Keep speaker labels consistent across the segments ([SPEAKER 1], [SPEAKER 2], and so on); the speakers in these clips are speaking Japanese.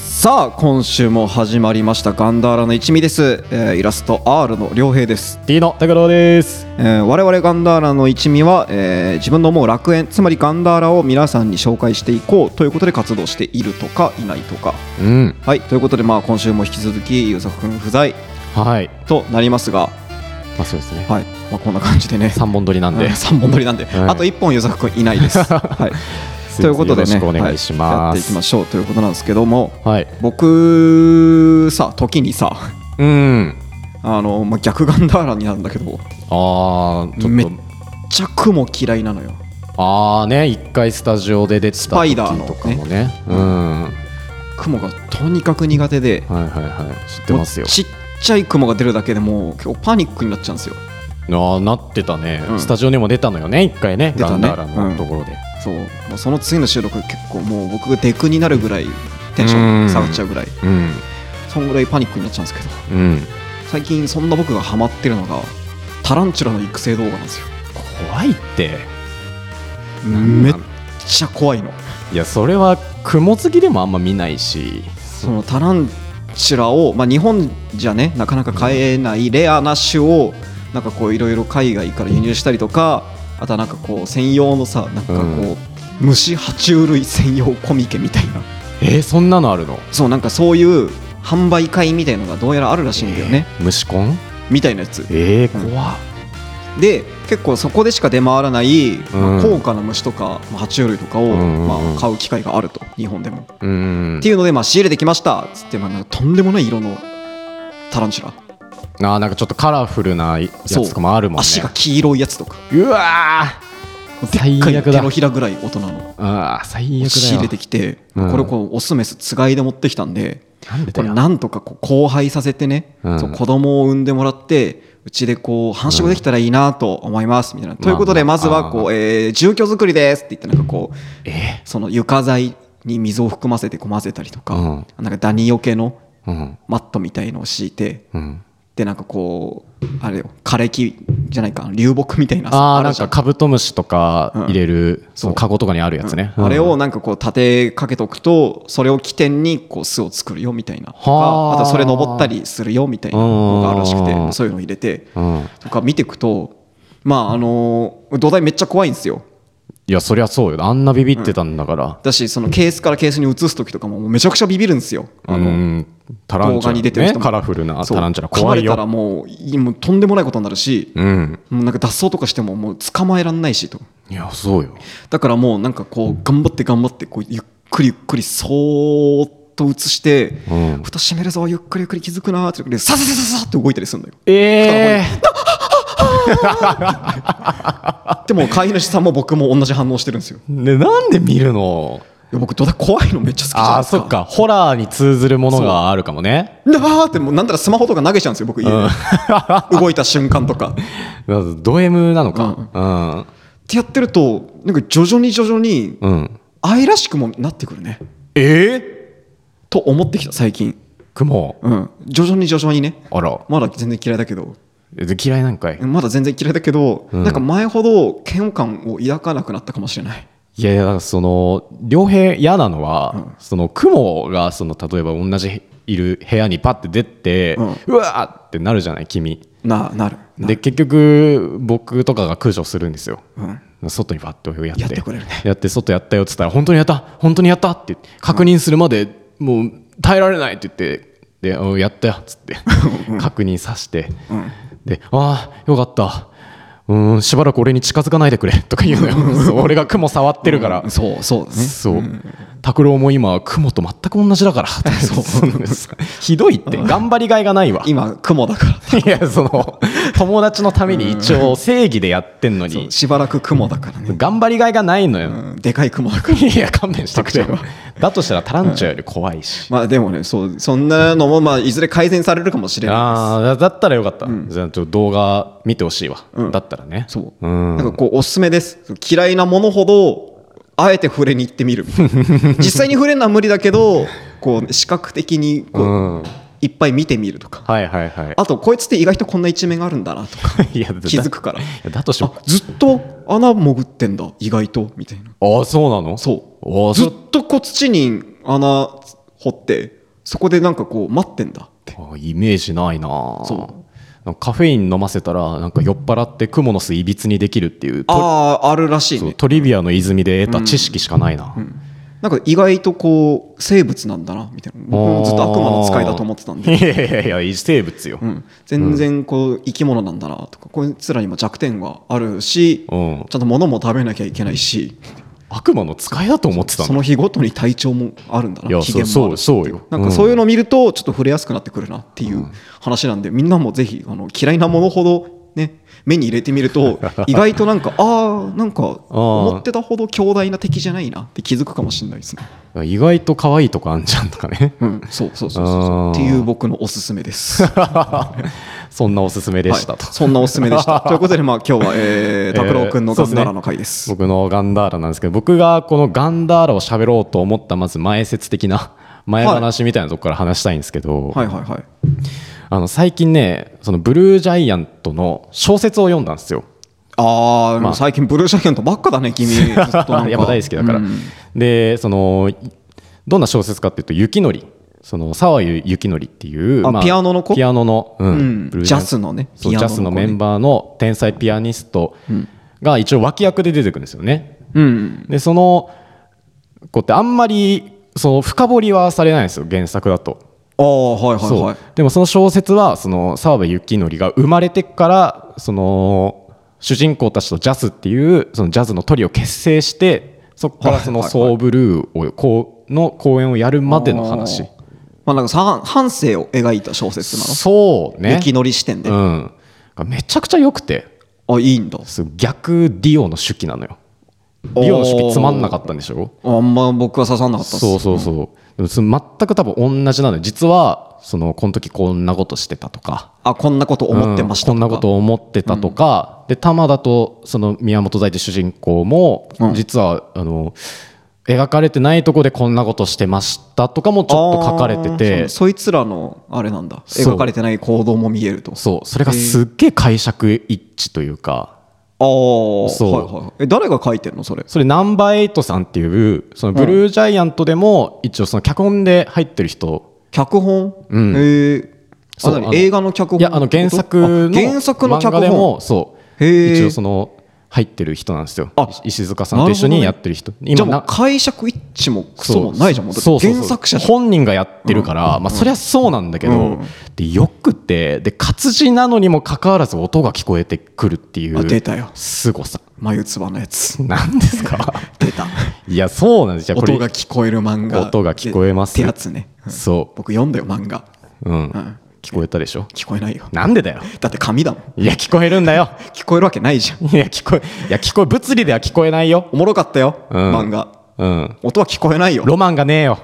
[SPEAKER 1] さあ今週も始まりましたガンダーラの一味です、えーイラスト R の良平です、
[SPEAKER 2] D の拓郎です。
[SPEAKER 1] えー我々ガンダーラの一味は、えー自分の思う楽園つまりガンダーラを皆さんに紹介していこうということで活動しているとかいないとか
[SPEAKER 2] うん。
[SPEAKER 1] はいということでまあ今週も引き続きゆうさくん不在
[SPEAKER 2] はい。
[SPEAKER 1] となりますが
[SPEAKER 2] まあそうですね。
[SPEAKER 1] はい、まあ、こんな感じでね
[SPEAKER 2] 三本撮りなんで。
[SPEAKER 1] 3本撮りなんで、
[SPEAKER 2] はい
[SPEAKER 1] あと1本ゆうさくんいない です、はい、
[SPEAKER 2] す
[SPEAKER 1] とい
[SPEAKER 2] ません
[SPEAKER 1] うことでね
[SPEAKER 2] よろしくお願いし
[SPEAKER 1] はいやっ
[SPEAKER 2] ま。
[SPEAKER 1] ていきますしょうということなんですけども
[SPEAKER 2] はい。
[SPEAKER 1] 僕さ時にさ
[SPEAKER 2] うん。
[SPEAKER 1] あの、まあ、逆ガンダーラになるんだけど
[SPEAKER 2] ああ、ち
[SPEAKER 1] め
[SPEAKER 2] ょ
[SPEAKER 1] っ
[SPEAKER 2] っと。
[SPEAKER 1] ちゃ雲嫌いなのよ
[SPEAKER 2] ああね、一回スタジオで出てた時
[SPEAKER 1] スパイダーのね
[SPEAKER 2] とかもね。うん。はい
[SPEAKER 1] 雲がとにかく苦手で
[SPEAKER 2] はいはい。知ってますよ
[SPEAKER 1] もう。ちっちゃい雲が出るだけでもう結構パニックになっちゃうんですよ
[SPEAKER 2] ああ、なってたね
[SPEAKER 1] う。ん
[SPEAKER 2] スタジオにも出たのよね、一回ね。
[SPEAKER 1] 出たね
[SPEAKER 2] ガンダーラのところで。
[SPEAKER 1] そうもうその次の収録結構もう僕がデクになるぐらいテンション下がっちゃうぐらい
[SPEAKER 2] うん。
[SPEAKER 1] そんぐらいパニックになっちゃうんですけど
[SPEAKER 2] うん。
[SPEAKER 1] 最近そんな僕がハマってるのがタランチュラの育成動画なんですよ
[SPEAKER 2] 怖いって。
[SPEAKER 1] めっちゃ怖いの
[SPEAKER 2] いや、それは雲好きでもあんま見ないし。
[SPEAKER 1] そのタランチュラを、まあ、日本じゃねなかなか買えないレアな種をなんかこういろいろ海外から輸入したりとかあとはなんかこう専用のさなんかこう、
[SPEAKER 2] うん
[SPEAKER 1] 虫爬虫類専用コミケみたいな
[SPEAKER 2] えー、そんなのあるの。
[SPEAKER 1] そうなんかそういう販売会みたいのがどうやらあるらしいんだよね、
[SPEAKER 2] 虫コン。
[SPEAKER 1] みたいなやつ
[SPEAKER 2] ええ
[SPEAKER 1] うん
[SPEAKER 2] 怖っ
[SPEAKER 1] で結構そこでしか出回らない、まあ
[SPEAKER 2] うん
[SPEAKER 1] 高価な虫とか、まあ、爬虫類とかを、
[SPEAKER 2] うんうんうん
[SPEAKER 1] まあ、買う機会があると日本でも、
[SPEAKER 2] うーん
[SPEAKER 1] っていうので、まあ、仕入れてきましたつって、まあ、なんかとんでもない色のタランチュラ
[SPEAKER 2] あーなんかちょっとカラフルなや
[SPEAKER 1] そう
[SPEAKER 2] つとかもあるもんね
[SPEAKER 1] 足が黄色いやつとか
[SPEAKER 2] うわ
[SPEAKER 1] でっか
[SPEAKER 2] 最
[SPEAKER 1] い
[SPEAKER 2] 悪だ
[SPEAKER 1] 手のひらぐらい大人の
[SPEAKER 2] ーあー最悪だよ
[SPEAKER 1] 仕入れてきて、
[SPEAKER 2] うん
[SPEAKER 1] これをこうオスメスつがいで持ってきたんで
[SPEAKER 2] なん
[SPEAKER 1] こ
[SPEAKER 2] でだ
[SPEAKER 1] れ
[SPEAKER 2] よ
[SPEAKER 1] なんとかこう交配させてね、
[SPEAKER 2] うん
[SPEAKER 1] そう子供を産んでもらってうちでこう繁殖できたらいいなと思いますみたいな、ということで
[SPEAKER 2] ま
[SPEAKER 1] ま
[SPEAKER 2] あ
[SPEAKER 1] ずはこう、えー住居作りですって言ってなんかこう
[SPEAKER 2] え
[SPEAKER 1] その床材に水を含ませてこう混ぜたりとか、
[SPEAKER 2] うん
[SPEAKER 1] なんかダニよけの
[SPEAKER 2] うん
[SPEAKER 1] マットみたいのを敷いて
[SPEAKER 2] うん
[SPEAKER 1] でなんかこうあれよ枯れ木じゃないか流木みたいな
[SPEAKER 2] ああ
[SPEAKER 1] る
[SPEAKER 2] なん
[SPEAKER 1] じゃ
[SPEAKER 2] かカブトムシとか入れる、そのカゴとかにあるやつね、うん
[SPEAKER 1] あれをなんかこう立てかけとくとそれを起点にこう巣を作るよみたいなとか
[SPEAKER 2] は
[SPEAKER 1] あと
[SPEAKER 2] あ
[SPEAKER 1] それ登ったりするよみたいなのがあるらしく
[SPEAKER 2] うんうんう
[SPEAKER 1] て
[SPEAKER 2] ん
[SPEAKER 1] そういうの入れて
[SPEAKER 2] うん
[SPEAKER 1] とか見ていくとまああの土台めっちゃ怖いんですよ
[SPEAKER 2] いやそりゃそうよあんなビビってたんだから、
[SPEAKER 1] だしそのケースからケースに移す時とかももうめちゃくちゃビビるんですよ
[SPEAKER 2] う
[SPEAKER 1] あ
[SPEAKER 2] ん
[SPEAKER 1] の
[SPEAKER 2] タラン
[SPEAKER 1] 動
[SPEAKER 2] チュ
[SPEAKER 1] 画
[SPEAKER 2] ラ、
[SPEAKER 1] に出てる人
[SPEAKER 2] ね
[SPEAKER 1] も
[SPEAKER 2] カラフルな
[SPEAKER 1] そう
[SPEAKER 2] タランチュラ
[SPEAKER 1] 噛
[SPEAKER 2] 怖
[SPEAKER 1] まれ
[SPEAKER 2] い
[SPEAKER 1] たら
[SPEAKER 2] よ
[SPEAKER 1] もういもうとんでもないことになるし
[SPEAKER 2] うん
[SPEAKER 1] もうなんか脱走とかしてももう捕まえらんないしと
[SPEAKER 2] いやそうよ
[SPEAKER 1] だからもうなんかこう頑張って頑張ってこうゆっくりゆっくりそーっと移して、
[SPEAKER 2] うん
[SPEAKER 1] 蓋閉めるぞゆっくりゆっくり気づくなーってことでさささささって動いたりするんだよ
[SPEAKER 2] ええ
[SPEAKER 1] でも飼い主さんも僕も同じ反応してるんですよい
[SPEAKER 2] ね、なんで見るの
[SPEAKER 1] や僕どだ怖いのめっちゃ好きじゃない
[SPEAKER 2] ああ
[SPEAKER 1] ですか
[SPEAKER 2] そっかホラーに通ずるものがあるかもね
[SPEAKER 1] なーってもうなんたらスマホとか投げちゃうんですよ僕家で、 動いた瞬間とか
[SPEAKER 2] まずド M なのか。
[SPEAKER 1] ってやってるとなんか徐々に徐々に
[SPEAKER 2] うん。うん。
[SPEAKER 1] 愛らしくもなってくるね
[SPEAKER 2] ええ
[SPEAKER 1] と思ってきた最近
[SPEAKER 2] 雲。
[SPEAKER 1] うん徐々に徐々にね
[SPEAKER 2] あら。
[SPEAKER 1] まだ全然嫌いだけど
[SPEAKER 2] え嫌いなんかい。
[SPEAKER 1] まだ全然嫌いだけど、
[SPEAKER 2] うん
[SPEAKER 1] なんか前ほど嫌悪感を抱かなくなったかもしれない。
[SPEAKER 2] いやいや、だからその、両平嫌なのは、その雲が、その、例えば同じいる部屋にパッて出て、
[SPEAKER 1] う
[SPEAKER 2] うんわーってなるじゃない、君。
[SPEAKER 1] な、なる。な
[SPEAKER 2] で、結局、僕とかが駆除するんですよ。
[SPEAKER 1] うん、
[SPEAKER 2] 外にバッとやって
[SPEAKER 1] やってくれるね
[SPEAKER 2] やって外やったよっつったら本当にやった本当にやったって確認するまでもう耐えられないって言ってでおやったよっつって確認させて、でああよかったうーんしばらく俺に近づかないでくれとか言うのよそう俺が雲触ってるから、
[SPEAKER 1] そう、そうだね。
[SPEAKER 2] そう拓郎、も今雲と全く同じだ からそうひどいって頑張りがいがないわ
[SPEAKER 1] 今、雲だから。
[SPEAKER 2] いやその友達のために一応正義でやってんの
[SPEAKER 1] そ
[SPEAKER 2] に
[SPEAKER 1] うしばらく雲だからね。
[SPEAKER 2] 頑張りがいがないのよ、
[SPEAKER 1] うん、でかい雲だから。
[SPEAKER 2] いや、勘弁してくれよ
[SPEAKER 1] 作。
[SPEAKER 2] だとしたらタランチュラより怖いし。
[SPEAKER 1] まあでもね、そう、そんなのも、まあ、いずれ改善されるかもしれない。
[SPEAKER 2] ああ、だだったらよかった。じゃあ、ちょっと動画見てほしいわ。
[SPEAKER 1] うん
[SPEAKER 2] だったらね。
[SPEAKER 1] そう。
[SPEAKER 2] ん。
[SPEAKER 1] なんかこう、おすすめです。嫌いなものほど、あえて触れに行ってみるみたい な。実際に触れるのは無理だけど、こう、視覚的にこう、
[SPEAKER 2] うん
[SPEAKER 1] いっぱい見てみるとか。
[SPEAKER 2] はいはいはい。
[SPEAKER 1] あと、こいつって意外とこんな一面があるんだなとか、
[SPEAKER 2] いや、だ
[SPEAKER 1] 気づくから。
[SPEAKER 2] いやだとして
[SPEAKER 1] あ
[SPEAKER 2] も。
[SPEAKER 1] ずっと穴潜ってんだ意外とみたいな
[SPEAKER 2] ああ、そうなの。
[SPEAKER 1] そう
[SPEAKER 2] ああ、
[SPEAKER 1] ず
[SPEAKER 2] そ
[SPEAKER 1] っとこう土に穴掘ってそこでなんかこう待ってんだって
[SPEAKER 2] あイメージないな
[SPEAKER 1] そ
[SPEAKER 2] なんかカフェイン飲ませたらなんか酔っ払ってクモの巣いびつにできるっていうと
[SPEAKER 1] あああるらしい
[SPEAKER 2] そう
[SPEAKER 1] ね
[SPEAKER 2] トリビアの泉で得た知識しかないな、
[SPEAKER 1] なんか意外とこう生物なんだなみたいな僕もずっと悪魔の使いだと思ってたんで、
[SPEAKER 2] いやいやいやいい生物よ、
[SPEAKER 1] うん、全然こう生き物なんだなとかこいつらにも弱点があるし
[SPEAKER 2] うん
[SPEAKER 1] ちゃんと物も食べなきゃいけないし
[SPEAKER 2] 悪魔の使いだと思ってたん
[SPEAKER 1] そ
[SPEAKER 2] だ
[SPEAKER 1] の日ごとに体調もあるんだ
[SPEAKER 2] いや
[SPEAKER 1] な機嫌
[SPEAKER 2] そう
[SPEAKER 1] もあるし
[SPEAKER 2] そうそうよ
[SPEAKER 1] なんかそういうのを見るとちょっと触れやすくなってくるなっていう話なんでみんなもぜひあの嫌いなものほどね目に入れてみる と意外となんかああなんか思ってたほど強大な敵じゃないなって気づくかもしれないですね。
[SPEAKER 2] 意外と可愛いとこあんじゃんとかね
[SPEAKER 1] うん、そうそうそうそう
[SPEAKER 2] あー
[SPEAKER 1] そうっていう僕のおすすめです。
[SPEAKER 2] そんなおすすめでしたと、
[SPEAKER 1] はい、そんなおすすめで した。ということで、まあ、今日は、えー、拓郎君のガンダラの回です。
[SPEAKER 2] 僕のガンダーラなんですけど僕がこのガンダーラを喋ろうと思ったまず前説的な 前話みたいなとこから話したいんですけど、
[SPEAKER 1] はいはいはい。
[SPEAKER 2] あの最近ねそのブルージャイアントの小説を読んだんですよ
[SPEAKER 1] ああ、最近ブルージャイアントばっかだね、 君。ずっとなんか
[SPEAKER 2] やっぱ大好きだから、
[SPEAKER 1] うん
[SPEAKER 2] でそのいどんな小説かっていうと「雪のり」その沢井雪のりっていう
[SPEAKER 1] あピアノの子
[SPEAKER 2] ピアノの、うん
[SPEAKER 1] うん
[SPEAKER 2] ブルー
[SPEAKER 1] ジ
[SPEAKER 2] ア
[SPEAKER 1] ャ
[SPEAKER 2] ント
[SPEAKER 1] ズのね、
[SPEAKER 2] そうジャスのメン
[SPEAKER 1] バ
[SPEAKER 2] バーの天才ピアニストが一応脇役で出てくるんですよね。
[SPEAKER 1] ー。うん。
[SPEAKER 2] でその子ってあんまりその深掘りはされないんですよ原作だと。
[SPEAKER 1] ああ、はいはい
[SPEAKER 2] そ
[SPEAKER 1] は
[SPEAKER 2] う
[SPEAKER 1] い。
[SPEAKER 2] でもその小説はその澤部幸則が生まれてからその主人公たちとジャズっていうそのジャズのトリを結成してそこからその
[SPEAKER 1] はいはいはい
[SPEAKER 2] ソーブルーをこうの公演をやるまでの話
[SPEAKER 1] あー。まあ、なんかさ、半生を描いた小説なの。
[SPEAKER 2] そうね
[SPEAKER 1] 雪のり視点で。
[SPEAKER 2] うんめちゃくちゃ良くて
[SPEAKER 1] あ、いいんだ。
[SPEAKER 2] そう逆ディオの手記なのよディオの手記つまんなかったんでしょ
[SPEAKER 1] あんま僕は刺さんなかったっす
[SPEAKER 2] そうそうそう、でもその全く多分同じなのよ実はそのこの時こんなことしてたとか
[SPEAKER 1] あ、こんなこと思ってました
[SPEAKER 2] う
[SPEAKER 1] と
[SPEAKER 2] ん
[SPEAKER 1] か。
[SPEAKER 2] こんなことを思ってたとか、で玉田とその宮本大地主人公も、
[SPEAKER 1] うん
[SPEAKER 2] 実はあの描かれてないとこでこんなことしてましたとかもちょっと書かれて
[SPEAKER 1] あ
[SPEAKER 2] て
[SPEAKER 1] ーそうそいつらのあれなんだ
[SPEAKER 2] そう
[SPEAKER 1] 描かれてない行動も見えるとあ
[SPEAKER 2] そうそれがすっげえ解釈一致というか
[SPEAKER 1] あー
[SPEAKER 2] そう
[SPEAKER 1] はいはいはいえ誰が書いてんのそれ
[SPEAKER 2] それナンバーエイトさんっていうそのブルージャイアントでも一応その脚本で入ってる人
[SPEAKER 1] 脚本、
[SPEAKER 2] う
[SPEAKER 1] へ
[SPEAKER 2] ん
[SPEAKER 1] ー
[SPEAKER 2] そう
[SPEAKER 1] あ
[SPEAKER 2] あの
[SPEAKER 1] 何映画の脚本
[SPEAKER 2] いやあの原作の
[SPEAKER 1] あ原作の
[SPEAKER 2] 漫画
[SPEAKER 1] 脚
[SPEAKER 2] で
[SPEAKER 1] 本
[SPEAKER 2] もそう
[SPEAKER 1] へー
[SPEAKER 2] 一応その入ってる人なんですよ
[SPEAKER 1] あ
[SPEAKER 2] 石塚さんと一緒にやってる人
[SPEAKER 1] じゃあもう
[SPEAKER 2] な
[SPEAKER 1] 解釈一致もクソもないじゃんもうだって
[SPEAKER 2] そうそうそう
[SPEAKER 1] 原作者じゃん
[SPEAKER 2] 本人がやってるから、まあそりゃそうなんだけど、
[SPEAKER 1] うん
[SPEAKER 2] でよくてで活字なのにもかかわらず音が聞こえてくるってい
[SPEAKER 1] あ出
[SPEAKER 2] う
[SPEAKER 1] たよ
[SPEAKER 2] 凄さ
[SPEAKER 1] 眉唾のやつ
[SPEAKER 2] なんですか
[SPEAKER 1] 出た
[SPEAKER 2] いやそうなんですよこれ
[SPEAKER 1] 音が聞こえる漫画
[SPEAKER 2] 音が聞こえます
[SPEAKER 1] ってやつね、うん
[SPEAKER 2] そ
[SPEAKER 1] 僕読んだよ漫画
[SPEAKER 2] う、うん
[SPEAKER 1] ん
[SPEAKER 2] 聞こえたでしょ
[SPEAKER 1] 聞こえないよ
[SPEAKER 2] なんでだよ
[SPEAKER 1] だって紙だもん
[SPEAKER 2] いや聞こえるんだよ
[SPEAKER 1] 聞こえるわけないじゃん
[SPEAKER 2] いや聞こえいや聞こえ物理では聞こえないよ
[SPEAKER 1] おもろかったよ、
[SPEAKER 2] うん
[SPEAKER 1] 漫画
[SPEAKER 2] うん
[SPEAKER 1] 音は聞こえないよ
[SPEAKER 2] ロマンがねえよ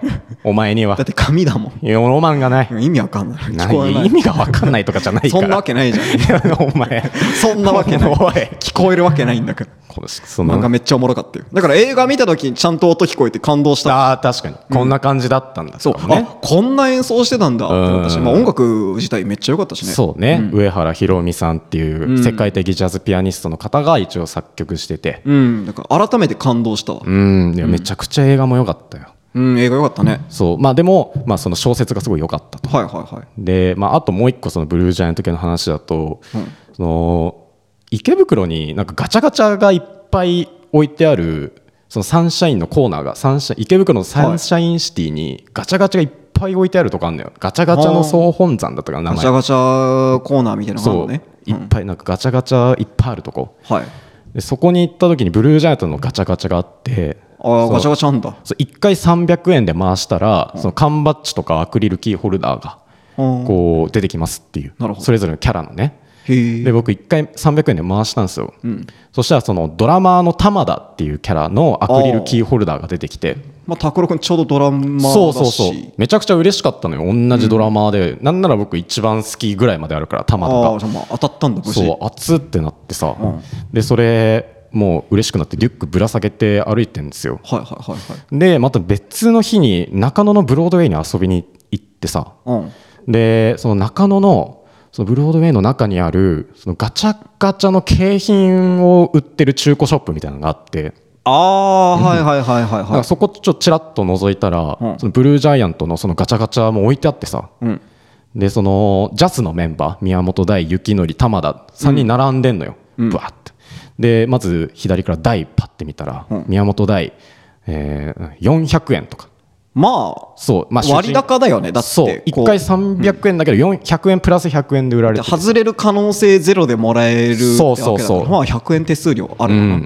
[SPEAKER 2] お前には
[SPEAKER 1] だって紙だもん
[SPEAKER 2] いやロマンがない
[SPEAKER 1] 意味わかんない聞こえな
[SPEAKER 2] ないい意味がわかんないとかじゃないから
[SPEAKER 1] そんなわけないじゃん
[SPEAKER 2] お前
[SPEAKER 1] そんなわけない
[SPEAKER 2] おい
[SPEAKER 1] 聞こえるわけないんだから
[SPEAKER 2] このその
[SPEAKER 1] 漫画めっちゃおもろかったよだから映画見た時にちゃんと音聞こえて感動した
[SPEAKER 2] ああ確かにこんな感じだったんだ
[SPEAKER 1] そう
[SPEAKER 2] とかね
[SPEAKER 1] あこんな演奏してたんだって思ったし
[SPEAKER 2] うん
[SPEAKER 1] まあ音楽自体めっちゃ良かったしね
[SPEAKER 2] そうね、上原ひろみさんっていう世界的ジャズピアニストの方が一応作曲してて
[SPEAKER 1] うんだから改めて感動したわ
[SPEAKER 2] うん、いやめちゃくちゃ映画も良かったよ
[SPEAKER 1] うん映画良かったね
[SPEAKER 2] そうまあでも、まあ、その小説がすごい良かったと
[SPEAKER 1] はいはいはい
[SPEAKER 2] で、まあ、あともう一個そのブルージャイアント系の話だと、その池袋になんかガチャガチャがいっぱい置いてあるそのサンシャインのコーナーがサンシャ池袋のサンシャインシティにガチャガチャがいっぱい置いてあるとこあるんだよガチャガチャの総本山だったかな名
[SPEAKER 1] ガ
[SPEAKER 2] 前
[SPEAKER 1] チャガチャコーナーみたいなのがあるの
[SPEAKER 2] そう、
[SPEAKER 1] ね
[SPEAKER 2] いっぱいなんかガチャガチャいっぱいあるとこ
[SPEAKER 1] はい
[SPEAKER 2] でそこに行った時にブルージャイアントのガチャガチャがあって
[SPEAKER 1] ああガチャ
[SPEAKER 2] ャ
[SPEAKER 1] ガチャあんだ
[SPEAKER 2] そう1回300円で回したら、その缶バッジとかアクリルキーホルダーが
[SPEAKER 1] うん
[SPEAKER 2] こう出てきますっていう
[SPEAKER 1] なるほど
[SPEAKER 2] それぞれのキャラのね
[SPEAKER 1] へ
[SPEAKER 2] で
[SPEAKER 1] え
[SPEAKER 2] 僕1回300円で回したんですよ、そしたらそのドラマーの玉田っていうキャラのアクリルキーホルダーが出てきて
[SPEAKER 1] まあ拓郎君ちょうどドラマー
[SPEAKER 2] そう
[SPEAKER 1] だし
[SPEAKER 2] そうそうめちゃくちゃ嬉しかったのよ同じドラマーで、なんなら僕一番好きぐらいまであるから玉田
[SPEAKER 1] ああ
[SPEAKER 2] が
[SPEAKER 1] じゃあまあ当たったんだ無
[SPEAKER 2] そ
[SPEAKER 1] 事
[SPEAKER 2] う熱ってなってさ、
[SPEAKER 1] うん
[SPEAKER 2] でそれもう嬉しくなってリュックぶら下げて歩いてんですよ
[SPEAKER 1] はいはいはいはい
[SPEAKER 2] でまた別の日に中野のブロードウェイに遊びに行ってさ
[SPEAKER 1] うん
[SPEAKER 2] でその中野のそのブロードウェイの中にあるそのガチャガチャの景品を売ってる中古ショップみたいなのがあって
[SPEAKER 1] ああはいはいはいはい
[SPEAKER 2] なん
[SPEAKER 1] は
[SPEAKER 2] か
[SPEAKER 1] い
[SPEAKER 2] そこちょっとちらっと覗いたら、
[SPEAKER 1] うん
[SPEAKER 2] そのブルージャイアントのそのガチャガチャも置いてあってさ、
[SPEAKER 1] うん
[SPEAKER 2] でそのジャスのメンバー宮本大雪則玉田3人並んでんのよ、
[SPEAKER 1] うん
[SPEAKER 2] ブワッてでまず左から大パッて見たら、
[SPEAKER 1] うん
[SPEAKER 2] 宮本大、えー400円とか
[SPEAKER 1] まあ
[SPEAKER 2] そう、まあ、
[SPEAKER 1] 割高だよねだって
[SPEAKER 2] そう1回300円だけど400円プラス100円で売られてて
[SPEAKER 1] 外れる可能性ゼロでもらえる
[SPEAKER 2] そうそうそう
[SPEAKER 1] ってわけだからまあ100円手数料あるのかな、うん